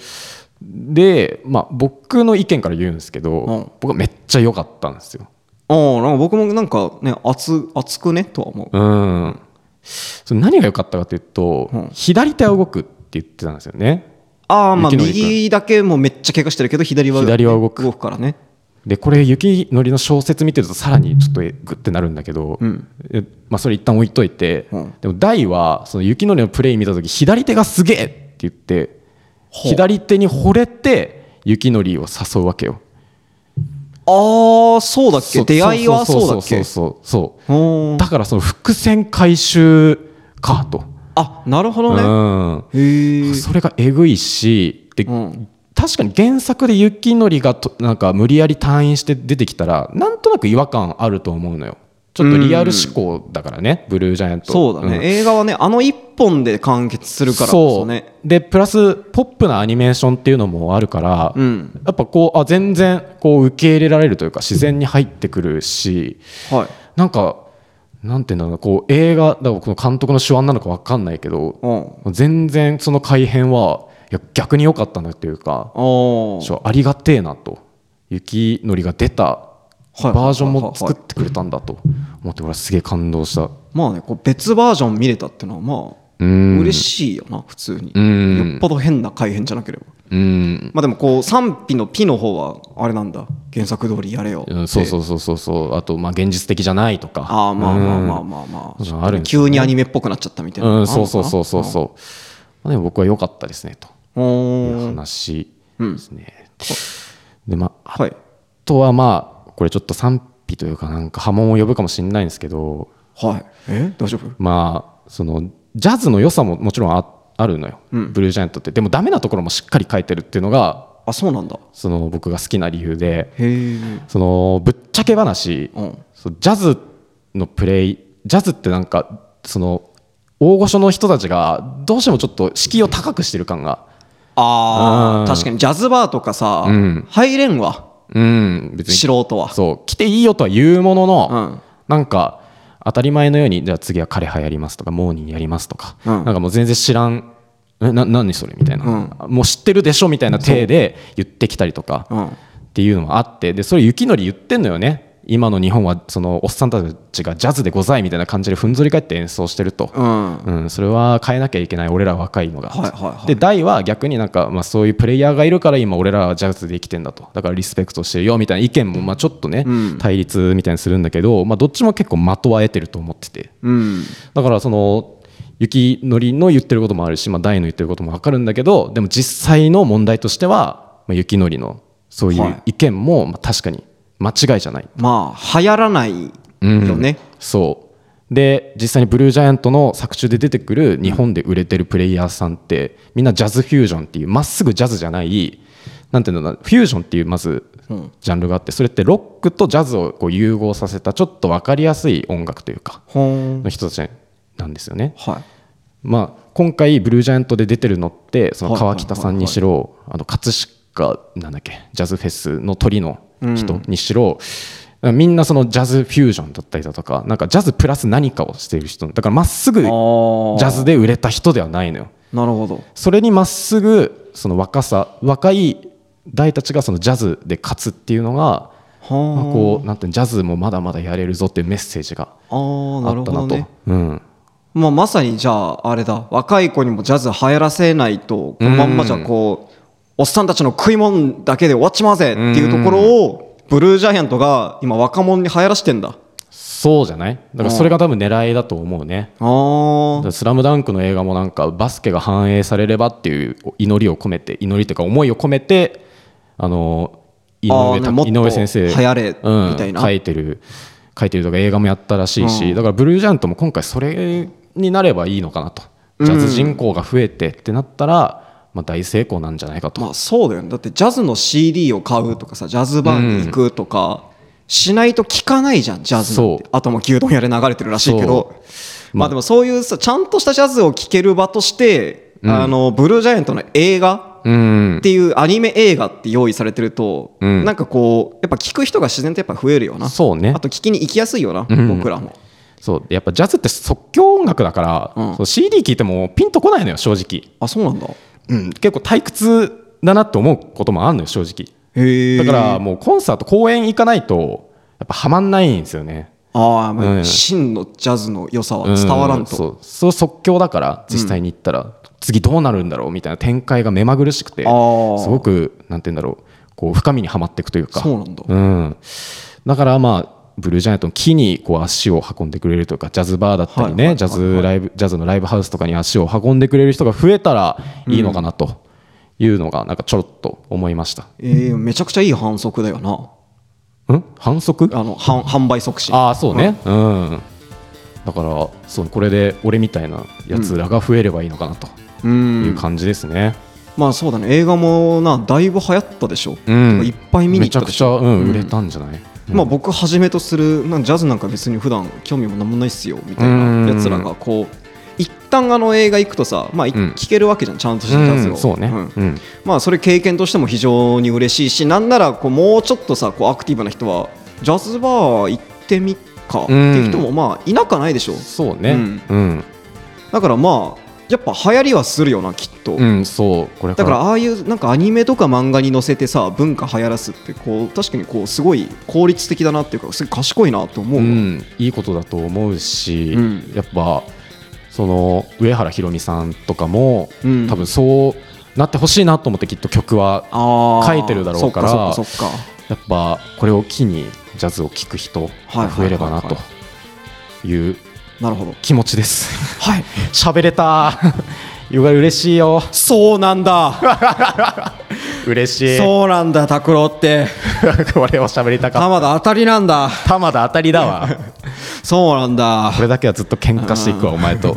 [SPEAKER 2] で、まあ、僕の意見から言うんですけど、
[SPEAKER 1] うん
[SPEAKER 2] 僕はめっちゃ良かったんですよ。
[SPEAKER 1] ああなんか僕もなんかね熱熱くねとは思う
[SPEAKER 2] うん、それ何が良かったかというと、
[SPEAKER 1] うん
[SPEAKER 2] 左手は動くって言ってたんですよね。
[SPEAKER 1] ああまあ
[SPEAKER 2] 雪のり君
[SPEAKER 1] 右だけもうめっちゃ怪我してるけど左は
[SPEAKER 2] 左は動く
[SPEAKER 1] 動くからね
[SPEAKER 2] でこれ雪のりの小説見てるとさらにちょっとえグッてなるんだけど、
[SPEAKER 1] うん
[SPEAKER 2] えまあ、それ一旦置いといて、
[SPEAKER 1] うん
[SPEAKER 2] でも大はその雪のりのプレイ見た時左手がすげえって言って
[SPEAKER 1] ほう
[SPEAKER 2] 左手に惚れて雪のりを誘うわけよ。
[SPEAKER 1] ああそうだっ
[SPEAKER 2] そ
[SPEAKER 1] け出会いはそうだっけ
[SPEAKER 2] そうそうそうそう
[SPEAKER 1] お
[SPEAKER 2] だからその伏線回収かと。
[SPEAKER 1] あなるほ
[SPEAKER 2] う
[SPEAKER 1] どね
[SPEAKER 2] ん
[SPEAKER 1] へえ
[SPEAKER 2] それがえぐいしで、
[SPEAKER 1] うん
[SPEAKER 2] 確かに原作で雪のりがとなんか無理やり退院して出てきたらなんとなく違和感あると思うのよちょっとリアル思考だからね、ブルージャイアント
[SPEAKER 1] そうだね、
[SPEAKER 2] ん
[SPEAKER 1] 映画はねあの一本で完結するからこそね
[SPEAKER 2] そうでプラスポップなアニメーションっていうのもあるから、
[SPEAKER 1] うん
[SPEAKER 2] やっぱこうあ全然こう受け入れられるというか自然に入ってくるし、
[SPEAKER 1] はい
[SPEAKER 2] なんかなんていうんだろうなこう映画だからこの監督の手腕なのか分かんないけど、
[SPEAKER 1] うん
[SPEAKER 2] 全然その改編はいや逆に良かったなっていうか
[SPEAKER 1] あ
[SPEAKER 2] そうありがてえなと雪のりが出た
[SPEAKER 1] いはいはいはい
[SPEAKER 2] バージョンも作ってくれたんだと思って俺はすげえ感動した
[SPEAKER 1] あまあねこう別バージョン見れたってのはまあ
[SPEAKER 2] うん
[SPEAKER 1] 嬉しいよな普通に
[SPEAKER 2] うん
[SPEAKER 1] よっぽど変な改変じゃなければ
[SPEAKER 2] うん
[SPEAKER 1] まあでもこう賛否の「ピ」の方はあれなんだ原作通りやれよ
[SPEAKER 2] うんそうそううそうそうそうあとまあ現実的じゃないとか
[SPEAKER 1] ああまあまあまあまあまあ
[SPEAKER 2] うん
[SPEAKER 1] ちょっ
[SPEAKER 2] あ
[SPEAKER 1] と
[SPEAKER 2] る
[SPEAKER 1] ね
[SPEAKER 2] んですよね
[SPEAKER 1] 急にアニメっぽくなっちゃったみたいな
[SPEAKER 2] うんそうそうそうそうそうまあでも僕は良かったですねと
[SPEAKER 1] うおー
[SPEAKER 2] 話ですねでまあ
[SPEAKER 1] はい
[SPEAKER 2] あとはまあこれちょっと賛否というかなんか波紋を呼ぶかもしれないんですけど
[SPEAKER 1] はいえ大丈夫
[SPEAKER 2] まあそのジャズの良さももちろんああるのよ、
[SPEAKER 1] うん
[SPEAKER 2] ブルージャイアントってでもダメなところもしっかり書いてるっていうのが
[SPEAKER 1] あそうなんだ
[SPEAKER 2] その僕が好きな理由で
[SPEAKER 1] へえ
[SPEAKER 2] そのぶっちゃけ話、
[SPEAKER 1] うん
[SPEAKER 2] そうジャズのプレイジャズってなんかその大御所の人たちがどうしてもちょっと敷居を高くしてる感が
[SPEAKER 1] あ
[SPEAKER 2] うん
[SPEAKER 1] あ確かにジャズバーとかさ
[SPEAKER 2] うん
[SPEAKER 1] 入れんわ
[SPEAKER 2] うん別に
[SPEAKER 1] 素人は
[SPEAKER 2] そう来ていいよとは言うものの、
[SPEAKER 1] うん
[SPEAKER 2] なんか当たり前のようにじゃあ次は枯葉やりますとかモーニングやりますとか、
[SPEAKER 1] うん
[SPEAKER 2] なんかもう全然知らんえな何それみたいな、もう知ってるでしょみたいな体で言ってきたりとか
[SPEAKER 1] うんあ
[SPEAKER 2] っていうのもあってでそれ雪のり言ってんのよね今の日本はそのおっさんたちがジャズでございみたいな感じでふんぞり返って演奏してると、
[SPEAKER 1] うん
[SPEAKER 2] うん、それは変えなきゃいけない俺ら若いのが、
[SPEAKER 1] はいはいはい
[SPEAKER 2] で大は逆になんか、まあ、そういうプレイヤーがいるから今俺らはジャズで生きてんだとだからリスペクトしてるよみたいな意見もまあちょっとね、
[SPEAKER 1] うん
[SPEAKER 2] 対立みたいにするんだけど、まあ、どっちも結構的は得てると思ってて
[SPEAKER 1] うん
[SPEAKER 2] だからその雪のりの言ってることもあるし、まあ、大の言ってることも分かるんだけどでも実際の問題としては、まあ、雪のりのそうい
[SPEAKER 1] は
[SPEAKER 2] う
[SPEAKER 1] い
[SPEAKER 2] 意見も、まあ、確かに間違いじゃない
[SPEAKER 1] まあ流行らないよね
[SPEAKER 2] そうで実際にブルージャイアントの作中で出てくる日本で売れてるプレイヤーさんってみんなジャズフュージョンっていうまっすぐジャズじゃないなんていうんだろうなフュージョンっていうまず
[SPEAKER 1] うん
[SPEAKER 2] ジャンルがあってそれってロックとジャズをこう融合させたちょっと分かりやすい音楽というか
[SPEAKER 1] ほーん
[SPEAKER 2] の人たちなんですよね。
[SPEAKER 1] はい
[SPEAKER 2] まあ、今回ブルージャイアントで出てるのってその川北さんにしろあの葛飾なんだっけジャズフェスの鳥の人にしろ、みんなそのジャズフュージョンだったりだとかなんかジャズプラス何かをしている人だからまっすぐジ
[SPEAKER 1] あー
[SPEAKER 2] ャズで売れた人ではないのよ
[SPEAKER 1] なるほど
[SPEAKER 2] それにまっすぐその若さ若い大たちがそのジャズで勝つっていうのが、まあ
[SPEAKER 1] は
[SPEAKER 2] こうなんていうのジャズもまだまだやれるぞっていうメッセージが
[SPEAKER 1] ああーな
[SPEAKER 2] あ
[SPEAKER 1] る
[SPEAKER 2] っ
[SPEAKER 1] ほ
[SPEAKER 2] たな
[SPEAKER 1] ど
[SPEAKER 2] と
[SPEAKER 1] ね
[SPEAKER 2] うん、
[SPEAKER 1] まあ、まさにじゃああれだ若い子にもジャズ流行らせないとこのまんまじゃこう、おっさんたちの食い物だけで終わっちまうぜっていうところを、ブルージャイアントが今若者に流行らしてんだ
[SPEAKER 2] そうじゃないだからそれが多分狙いだと思うね、
[SPEAKER 1] あー
[SPEAKER 2] スラムダンクの映画もなんかバスケが反映されればっていう祈りを込めて祈りというか思いを込めてあの井
[SPEAKER 1] あ
[SPEAKER 2] 上
[SPEAKER 1] ーね
[SPEAKER 2] た
[SPEAKER 1] もっと
[SPEAKER 2] 井上先生
[SPEAKER 1] 流行れ
[SPEAKER 2] うん
[SPEAKER 1] みたいな
[SPEAKER 2] 書いてる書いてるとか映画もやったらしいし、
[SPEAKER 1] うん
[SPEAKER 2] だからブルージャイアントも今回それになればいいのかなと
[SPEAKER 1] うん
[SPEAKER 2] ジャズ人口が増えてってなったら、まあ、大成功なんじゃないかと、
[SPEAKER 1] まあそうだよねだってジャズの CD を買うとかさジャズバーに行くとか、しないと聞かないじゃんジャズなん
[SPEAKER 2] そう
[SPEAKER 1] てあともう牛丼屋で流れてるらしいけどまあでもそういうさちゃんとしたジャズを聴ける場として、あのブルージャイアントの映画
[SPEAKER 2] うん
[SPEAKER 1] っていうアニメ映画って用意されてると、
[SPEAKER 2] うん
[SPEAKER 1] なんかこうやっぱ聞く人が自然とやっぱ増えるよな
[SPEAKER 2] そうね
[SPEAKER 1] あと聞きに行きやすいよな、
[SPEAKER 2] ん
[SPEAKER 1] 僕らも
[SPEAKER 2] そうやっぱジャズって即興音楽だから、
[SPEAKER 1] うん
[SPEAKER 2] そう CD 聴いてもピンとこないのよ正直。
[SPEAKER 1] あそうなんだ
[SPEAKER 2] うん、結構退屈だなって思うこともあるのよ正直
[SPEAKER 1] へえ
[SPEAKER 2] だからもうコンサート公演行かないとやっぱハマんないんですよね
[SPEAKER 1] ああ、まあ
[SPEAKER 2] うん
[SPEAKER 1] 真のジャズの良さは伝わらんと、
[SPEAKER 2] うそうそう即興だから実際に行ったら、次どうなるんだろうみたいな展開が目まぐるしくてす
[SPEAKER 1] あー
[SPEAKER 2] ごくなんて言うんだろうこう深みにはまっていくというか
[SPEAKER 1] そうなんだ
[SPEAKER 2] うんだからまあブルージャイアントの木にこう足を運んでくれるというかジャズバーだった
[SPEAKER 1] はいは
[SPEAKER 2] りね、
[SPEAKER 1] いはいはい
[SPEAKER 2] ジャズライブジャズのライブハウスとかに足を運んでくれる人が増えたらいいのかなというのがなんかちょろっと思いました、、
[SPEAKER 1] ええめちゃくちゃいい反則だよなん
[SPEAKER 2] 反則
[SPEAKER 1] あの販販売促進
[SPEAKER 2] ああそうねうん、だからそうこれで俺みたいなやつらが増えればいいのかなと
[SPEAKER 1] うんう
[SPEAKER 2] いうん感じですね、
[SPEAKER 1] まあそうだね映画もなだいぶ流行ったでしょ、
[SPEAKER 2] うん
[SPEAKER 1] いっぱい見
[SPEAKER 2] め
[SPEAKER 1] に
[SPEAKER 2] ち
[SPEAKER 1] 行
[SPEAKER 2] ゃ
[SPEAKER 1] った
[SPEAKER 2] く
[SPEAKER 1] で
[SPEAKER 2] ち
[SPEAKER 1] し
[SPEAKER 2] ゃ、
[SPEAKER 1] ょ
[SPEAKER 2] うん
[SPEAKER 1] うん
[SPEAKER 2] 売れたんじゃない、
[SPEAKER 1] まあ、僕はじめとするなんかジャズなんか別に普段興味もなんもないっすよみたいなやつらがこう一旦あの映画行くとさ、まあ、い
[SPEAKER 2] うん
[SPEAKER 1] 聞けるわけじゃんちゃんとし
[SPEAKER 2] う
[SPEAKER 1] たジャズを、
[SPEAKER 2] ん、そうね、
[SPEAKER 1] ん
[SPEAKER 2] うん
[SPEAKER 1] まあ、それ経験としても非常に嬉しいしなんならこうもうちょっとさこうアクティブな人はジャズバー行ってみっかっていう人もまあいなくはないでしょ
[SPEAKER 2] そうね
[SPEAKER 1] うん
[SPEAKER 2] うん、
[SPEAKER 1] だからまあやっぱ流行りはするよなきっと、
[SPEAKER 2] うんそうこれか
[SPEAKER 1] だ
[SPEAKER 2] ら
[SPEAKER 1] からああいうなんかアニメとか漫画に載せてさ文化流行らすってこう確かにこうすごい効率的だなっていうかすごい賢いなと思う
[SPEAKER 2] う
[SPEAKER 1] わ、
[SPEAKER 2] ん、いいことだと思うし、
[SPEAKER 1] うん
[SPEAKER 2] やっぱその上原ひろみさんとかも、
[SPEAKER 1] うん
[SPEAKER 2] 多分そうなってほしいなと思ってきっと曲は
[SPEAKER 1] あー
[SPEAKER 2] 書いてるだろうから
[SPEAKER 1] そっかそっかそっか
[SPEAKER 2] やっぱこれを機にジャズを聴く人が増えればなという
[SPEAKER 1] なるほど
[SPEAKER 2] 気持ちです。
[SPEAKER 1] はい
[SPEAKER 2] 喋れた よが嬉しいよ
[SPEAKER 1] そうなんだ
[SPEAKER 2] 嬉しい
[SPEAKER 1] そうなんだ拓郎って
[SPEAKER 2] これを喋りたかっ
[SPEAKER 1] 玉田当たりなんだ
[SPEAKER 2] た玉田当たり だわ
[SPEAKER 1] そうなんだ
[SPEAKER 2] これだけはずっと喧嘩していくわお 前と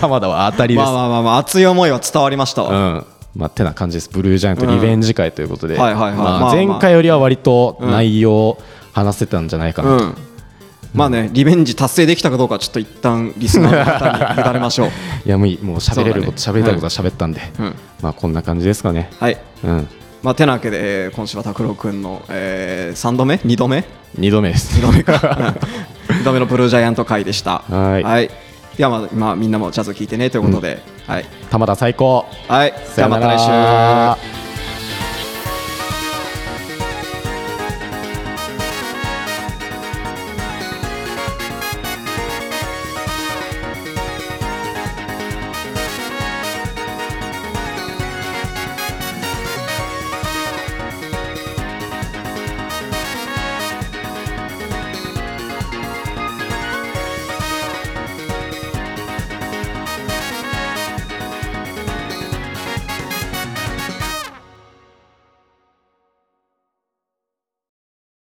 [SPEAKER 2] 玉田は当たりです、
[SPEAKER 1] まあまあまあまあ熱い思いは伝わりましたわ、
[SPEAKER 2] うんまあ、てな感じですブルージャイアントリベンジ会ということで、
[SPEAKER 1] うんはいはいはいま
[SPEAKER 2] ま
[SPEAKER 1] あ
[SPEAKER 2] あ、
[SPEAKER 1] まあ
[SPEAKER 2] 前回よりは割と内容話せたんじゃないかな
[SPEAKER 1] う
[SPEAKER 2] と、
[SPEAKER 1] んまあねリベンジ達成できたかどうかはちょっと一旦リスナーの方に委ねま しょう
[SPEAKER 2] いやもういいもう喋れること
[SPEAKER 1] そうだね
[SPEAKER 2] 喋、りたいことは喋ったんで、
[SPEAKER 1] うん
[SPEAKER 2] まあこんな感じですかね
[SPEAKER 1] はい
[SPEAKER 2] うん
[SPEAKER 1] まあてなわけで、えー今週は拓郎くんの、え3度目2度目
[SPEAKER 2] 2度目です
[SPEAKER 1] 2度目 か2度目のブルージャイアント会でした
[SPEAKER 2] はい
[SPEAKER 1] ではまあ、まあみんなもジャズ聞いてねということで、はい
[SPEAKER 2] 玉田最高
[SPEAKER 1] はいじゃあまた来週
[SPEAKER 2] 週